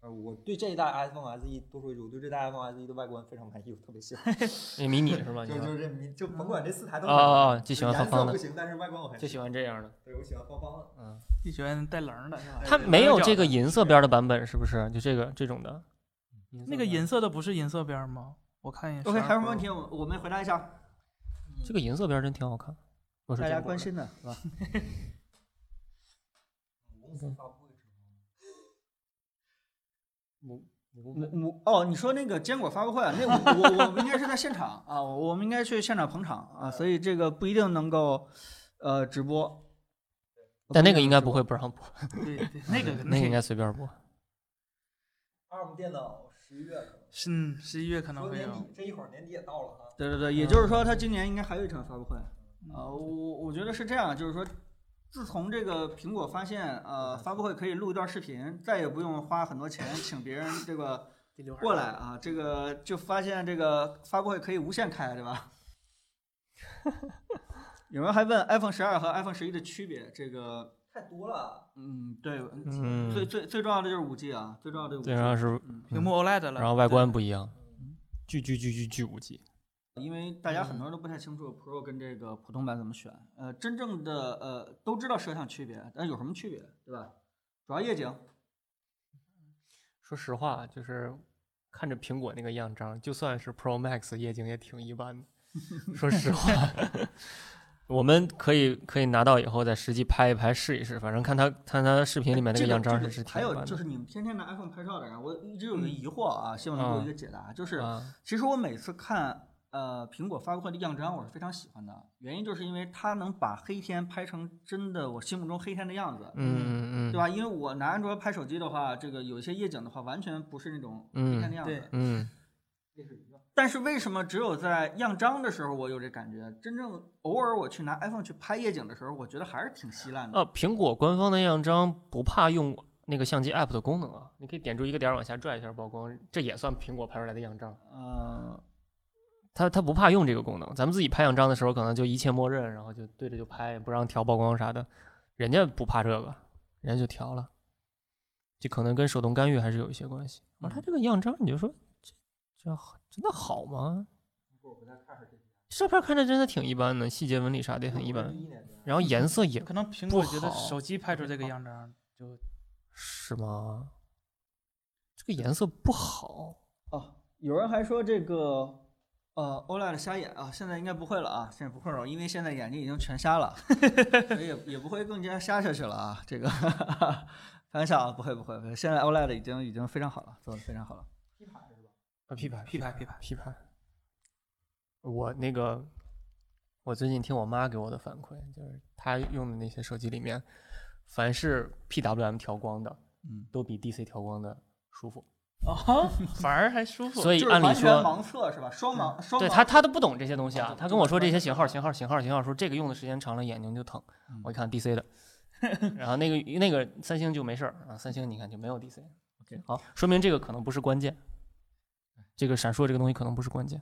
Speaker 1: 呃，我对这一代 iPhone SE 多说一句，我对这代 iPhone SE 的外观非常满意，我特别喜欢。
Speaker 2: 那迷你是吧？
Speaker 1: 就
Speaker 2: 你
Speaker 1: 就
Speaker 2: 说
Speaker 1: 是这迷，就甭管这四台都
Speaker 2: 哦
Speaker 1: 很好，
Speaker 2: 哦哦，就喜欢
Speaker 1: 颜
Speaker 2: 方
Speaker 1: 色
Speaker 2: 方
Speaker 1: 不
Speaker 2: 的，
Speaker 1: 行，但是外观我很
Speaker 2: 就喜欢这样的。
Speaker 1: 对我喜欢方方的。
Speaker 2: 嗯，
Speaker 3: 就喜欢带棱儿的是吧？
Speaker 2: 它没有这个银色边儿的版本，是不是？就这个这种的。
Speaker 3: 嗯那个银色的不是银色边儿吗？我看一眼。
Speaker 4: OK，还有什么问？题？我我们回答一下。
Speaker 2: 这个银色边儿真挺好看。我是
Speaker 4: 大
Speaker 2: 见
Speaker 4: 家
Speaker 2: 过
Speaker 4: 关
Speaker 2: 的
Speaker 4: 心的是吧？
Speaker 1: 公司发布会之后，
Speaker 2: 母
Speaker 4: 我我哦，你说那个坚果发布会啊，那我我我们应该是在现场啊，我我们应该去现场捧场啊，所以这个不一定能够呃直播。
Speaker 2: 但那个应该不会不让播，
Speaker 3: 对对，那个
Speaker 2: 那个应
Speaker 3: 个
Speaker 2: 该随
Speaker 1: (laughs)
Speaker 2: 便播。
Speaker 1: ARM 电脑十一月可
Speaker 3: 是嗯十一月可
Speaker 1: 能
Speaker 3: 能
Speaker 1: 说
Speaker 3: 会
Speaker 1: 年
Speaker 3: 有。
Speaker 1: 底，这一会儿年底也到了啊。
Speaker 4: 对对对，也就是说，他今年应该还有一场发布会。啊，我我觉得是这样，就是说，自从这个苹果发现，呃，发布会可以录一段视频，再也不用花很多钱请别人这个过来啊，这个就发现这个发布会可以无限开，对吧？ (laughs) 有人还问 iPhone 十二和 iPhone 十一的区别，这个，
Speaker 1: 太多了，
Speaker 4: 嗯，对，
Speaker 2: 嗯，
Speaker 4: 最最最重要的就是五 G 啊，最重要的五 G，嗯
Speaker 2: 对，然后是
Speaker 3: 屏幕 OLED 了，
Speaker 2: 然后外观不一样，
Speaker 1: 嗯
Speaker 2: 巨巨巨巨巨五 G。
Speaker 4: 因为大家很多人都不太清楚 Pro 跟这个普通版怎么选。呃，真正的呃都知道摄像区别，但有什么区别，对吧？主要夜景，
Speaker 2: 说实话，就是看着苹果那个样张，就算是 Pro Max 夜景也挺一般的。说实话， (laughs) 我们可以可以拿到以后再实际拍一拍试一试，反正看它看它视频里面那
Speaker 4: 这
Speaker 2: 样张是
Speaker 4: 这
Speaker 2: 是挺
Speaker 4: 还
Speaker 2: 一
Speaker 4: 有
Speaker 2: 般
Speaker 4: 就
Speaker 2: 的。嗯
Speaker 4: 是你们天天拿 iPhone 拍照的人，我一直有一个疑惑啊，希望能给我一个解答。就是
Speaker 2: 啊，
Speaker 4: 其实我每次看呃苹果发布会的样张，我是非常喜欢的，原因就是因为它能把黑天拍成真的我心目中黑天的样子，
Speaker 2: 嗯嗯嗯，
Speaker 4: 对吧？因为我拿安卓拍手机的话，这个有一些夜景的话，完全不是那种黑天的样子。
Speaker 3: 嗯
Speaker 2: 嗯，
Speaker 3: 对
Speaker 4: 但是为什么只有在样张的时候我有这感觉？真正偶尔我去拿 iPhone 去拍夜景的时候，我觉得还是挺稀烂的。
Speaker 2: 呃，苹果官方的样张不怕用那个相机 app 的功能啊，你可以点住一个点儿往下拽一下曝光，这也算苹果拍出来的样张。
Speaker 4: 呃，
Speaker 2: 它它不怕用这个功能，咱们自己拍样张的时候可能就一切默认，然后就对着就拍，也不让调曝光啥的，人家不怕这个，人家就调了，这可能跟手动干预还是有一些关系。而它这个样张，你就说这这好真的好吗？照片看着真的挺一般的，细节纹理啥的也很一般，
Speaker 1: 一年的
Speaker 2: 然后颜色也
Speaker 3: 可能苹果
Speaker 2: 不
Speaker 3: 觉得
Speaker 2: 好
Speaker 3: 手机拍出这个样啊张就是
Speaker 2: 吗？这个颜色不好，
Speaker 4: 哦，有人还说这个呃 OLED 瞎眼啊，现在应该不会了啊，现在不会了，因为现在眼睛已经全瞎了，所以也也不会更加瞎下去了啊。这个 (laughs) 开玩笑啊，不会不会，不会现在 OLED 已经已经非常好了，做的非常好了。
Speaker 2: 啊，P 牌
Speaker 3: P 牌 P 牌，
Speaker 2: 批判。我那个，我最近听我妈给我的反馈，就是她用的那些手机里面，凡是 PWM 调光的，
Speaker 4: 嗯，
Speaker 2: 都比 DC 调光的舒服。
Speaker 3: 哦，反而还舒服。
Speaker 2: 所以
Speaker 4: 就是
Speaker 2: 按理
Speaker 4: 完全
Speaker 2: 说，
Speaker 4: 盲测是吧？双盲双盲
Speaker 2: 对她她都不懂这些东西
Speaker 4: 盲
Speaker 2: 啊
Speaker 4: 测，
Speaker 2: 她跟我说这些型号、型号、型号、型号，说这个用的时间长了眼睛就疼
Speaker 4: 嗯。
Speaker 2: 我一看
Speaker 4: (laughs)
Speaker 2: DC 的，然后那个那个三星就没事儿啊，三星你看就没有 DC。
Speaker 4: OK
Speaker 2: 好，说明这个可能不是关键，这个闪烁这个东西可能不是关键。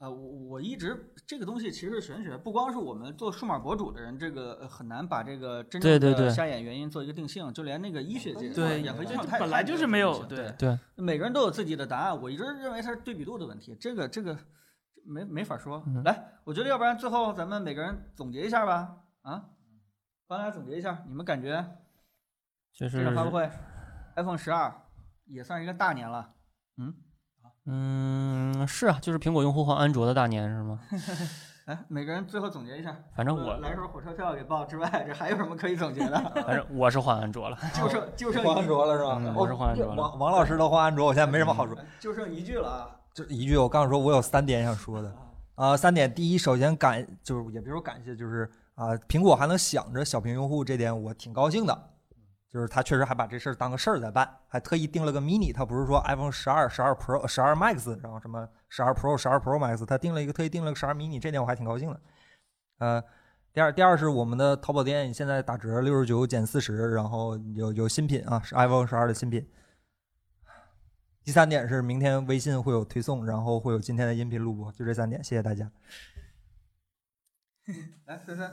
Speaker 4: 呃，我我一直这个东西其实是玄学，不光是我们做数码博主的人，这个呃很难把这个真
Speaker 2: 对对
Speaker 4: 正的
Speaker 2: 对
Speaker 4: 瞎眼原因做一个定性，就连那个医学界
Speaker 3: 对
Speaker 4: 眼科
Speaker 1: 对
Speaker 4: 界
Speaker 1: 就
Speaker 4: 它也
Speaker 3: 本来
Speaker 4: 它也
Speaker 3: 就是
Speaker 4: 这
Speaker 3: 没
Speaker 4: 个
Speaker 3: 有
Speaker 4: 定性
Speaker 3: 对
Speaker 4: 对
Speaker 2: 对，
Speaker 4: 每个人都有自己的答案，我一直认为它是对比度的问题，这个这个没没法说。
Speaker 2: 嗯
Speaker 4: 来，我觉得要不然最后咱们每个人总结一下吧，啊，帮大家总结一下，你们感觉
Speaker 2: 就是
Speaker 4: 这场发布会，iPhone 十二也算是一个大年了，
Speaker 2: 嗯，是啊，就是苹果用户换安卓的大年是吗？
Speaker 4: 来，每个人最后总结一下，
Speaker 2: 反正
Speaker 4: 除了
Speaker 2: 我，
Speaker 4: 来时候火车票给报之外，这还有什么可以总结
Speaker 2: (laughs)
Speaker 4: 的？
Speaker 2: 反正我是换安卓了。
Speaker 4: 就剩就剩
Speaker 1: 换
Speaker 4: 一
Speaker 1: 安卓了是吧？
Speaker 2: 嗯
Speaker 1: 哦
Speaker 2: 我是换安卓
Speaker 1: 对
Speaker 2: 了嗯
Speaker 1: 王王老师都换安卓，我现在没什么好说，
Speaker 4: 就剩一句了啊。
Speaker 1: 就一句，我刚刚说我有三点想说的啊、三点，第一，首先感就是也别说感谢，就是啊、苹果还能想着小屏用户这点，我挺高兴的。就是他确实还把这事儿当个事儿在办，还特意定了个 mini，他不是说 iPhone 十二、十二 Pro、十二 Max，然后什么十二 Pro、十二 Pro Max，他定了一个特意定了个十二 mini，这点我还挺高兴的。呃，第二，第二是我们的淘宝店现在打折，六十九减四十，然后有有新品啊，是 iPhone 十二的新品。第三点是明天微信会有推送，然后会有今天的音频录播，就这三点，谢谢大家。
Speaker 4: 来，森森，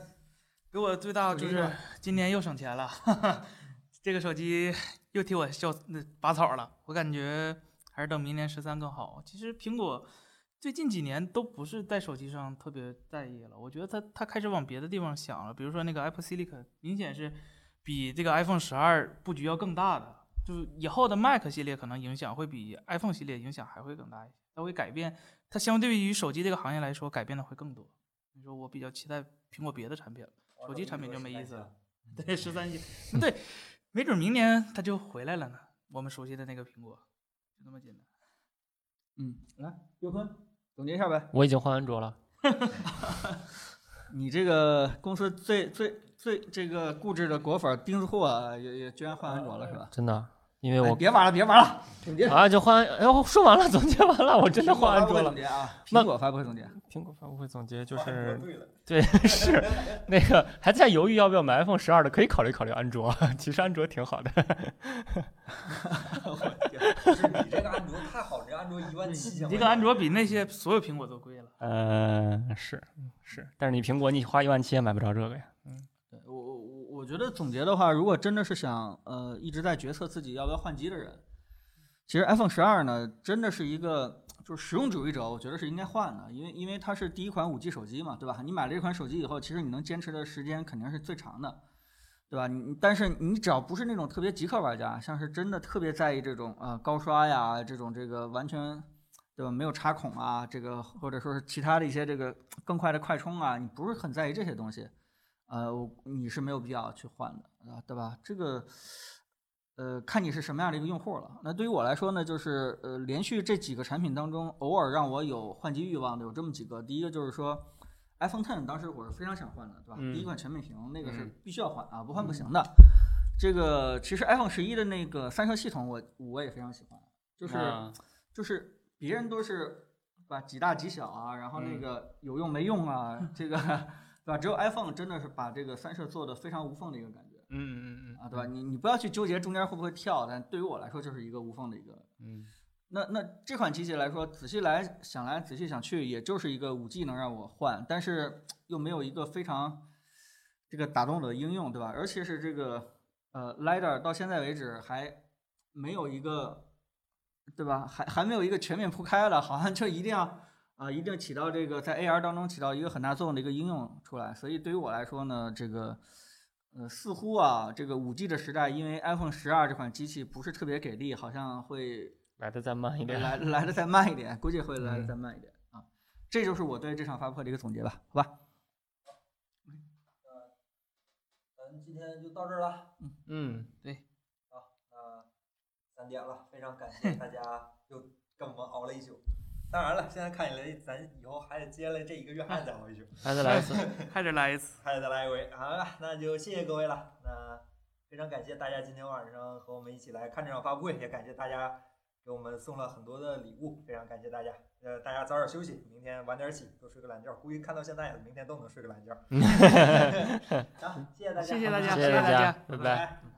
Speaker 3: 给我最大的就
Speaker 4: 手机
Speaker 3: 是今年又省钱了，哈哈，这个手机又替我笑那拔草了。我感觉还是等明年十三更好。其实苹果最近几年都不是在手机上特别在意了，我觉得它它开始往别的地方想了，比如说那个 Apple Silicon，明显是比这个 iPhone 十二布局要更大的。就是以后的 Mac 系列可能影响会比 iPhone 系列影响还会更大一些，它会改变它相对于手机这个行业来说改变的会更多。所以说我比较期待苹果别的产品了。手机产品就没意思了。对，十三亿，对，没准明年它就回来了呢。我们熟悉的那个苹果，就那么简单。
Speaker 4: 嗯，来，岳坤总结一下呗。
Speaker 2: 我已经换安卓了，
Speaker 4: 你这个公司最最最这个固执的果粉儿钉子户啊，也也居然换安卓了是吧？
Speaker 2: 真的，因为
Speaker 4: 哎
Speaker 2: 呃我
Speaker 4: 别玩了，别玩了，总结。
Speaker 2: 啊就换，哎呦，说完了，总结完了，我真的
Speaker 4: 苹果
Speaker 2: 换
Speaker 4: 发
Speaker 2: 安
Speaker 4: 布
Speaker 2: 卓
Speaker 4: 会
Speaker 2: 了
Speaker 4: 总。结啊，
Speaker 2: 那
Speaker 4: 苹果发布会总结。
Speaker 2: 苹果发布会总结就
Speaker 1: 换安
Speaker 2: 是
Speaker 1: 卓对了
Speaker 2: (laughs) 对，是那个还在犹豫要不要买 iPhone 十二的，可以考虑考虑安卓。其实安卓挺好的，
Speaker 4: 我
Speaker 1: (laughs)
Speaker 4: 天
Speaker 1: 不是你这个安卓太好，了，这安卓一万七千。
Speaker 3: 这个安卓比那些所有苹果都贵了。
Speaker 2: (laughs) 嗯、是是，但是你苹果你花一万七也买不着这个呀。
Speaker 4: 对我我我我觉得总结的话，如果真的是想呃一直在决策自己要不要换机的人，其实 iPhone 十二呢，真的是一个就是实用主义者，我觉得是应该换的，因为因为它是第一款五 G 手机嘛，对吧？你买了这款手机以后，其实你能坚持的时间肯定是最长的，对吧？你但是你只要不是那种特别极客玩家，像是真的特别在意这种呃高刷呀，这种这个完全对吧没有插孔啊，这个或者说是其他的一些这个更快的快充啊，你不是很在意这些东西。呃，我你是没有必要去换的，啊，对吧？这个，呃，看你是什么样的一个用户了。那对于我来说呢，就是呃，连续这几个产品当中，偶尔让我有换机欲望的有这么几个。第一个就是说，iPhone Ten 当时我是非常想换的，对吧？
Speaker 2: 嗯
Speaker 4: 第一款全面屏那个是
Speaker 2: 嗯
Speaker 4: 必须要换啊，不换不行的。这个其实 iPhone 十一的那个三摄系统我，我也非常喜欢，就是、
Speaker 2: 啊
Speaker 4: 就是别人都是对吧几大几小啊，然后那
Speaker 2: 嗯
Speaker 4: 个有用没用啊，这个 (laughs) 对吧？只有 iPhone 真的是把这个三摄做的非常无缝的一个感觉
Speaker 2: 嗯嗯嗯
Speaker 4: 啊，对吧？你你不要去纠结中间会不会跳，但对于我来说就是一个无缝的一个。
Speaker 2: 嗯，
Speaker 4: 那那这款机器来说，仔细来想来仔细想去，也就是一个五 G 能让我换，但是又没有一个非常这个打动我的应用，对吧？而且是这个呃 LiDAR 到现在为止还没有一个，对吧？还还没有一个全面铺开了，好像就一定要啊、一定起到这个在 AR 当中起到一个很大作用的一个应用出来。所以对于我来说呢，这个呃似乎啊，这个五 G 的时代，因为 iPhone 十二这款机器不是特别给力，好像会
Speaker 2: 来的再慢一点。 (laughs)
Speaker 4: 来来的再慢一点，估计会来的
Speaker 2: 嗯
Speaker 4: 再慢一点、啊。这就是我对这场发布会的一个总结吧，好吧？
Speaker 1: 咱们今天就到这儿了，
Speaker 2: 嗯，
Speaker 1: 啊，三点了，非常感谢大
Speaker 3: (laughs)
Speaker 1: 家又跟我们熬了一宿。当然了，现在看起来咱以后还得接下来这一个月还得再熬一宿，
Speaker 2: 还得来一次。
Speaker 3: 还得来一次，
Speaker 1: 还得再来一回。好了，那就谢谢各位了。那非常感谢大家今天晚上和我们一起来看这场发布会，也感谢大家给我们送了很多的礼物，非常感谢大家。呃，大家早点休息，明天晚点起，多睡个懒觉。 (laughs) 估计看到现在，明天都能睡个懒觉。行，谢谢大家，
Speaker 3: 谢谢大家，
Speaker 2: 谢
Speaker 3: 谢
Speaker 2: 谢大
Speaker 3: 大
Speaker 2: 家
Speaker 3: 家，
Speaker 2: 拜拜
Speaker 1: 拜。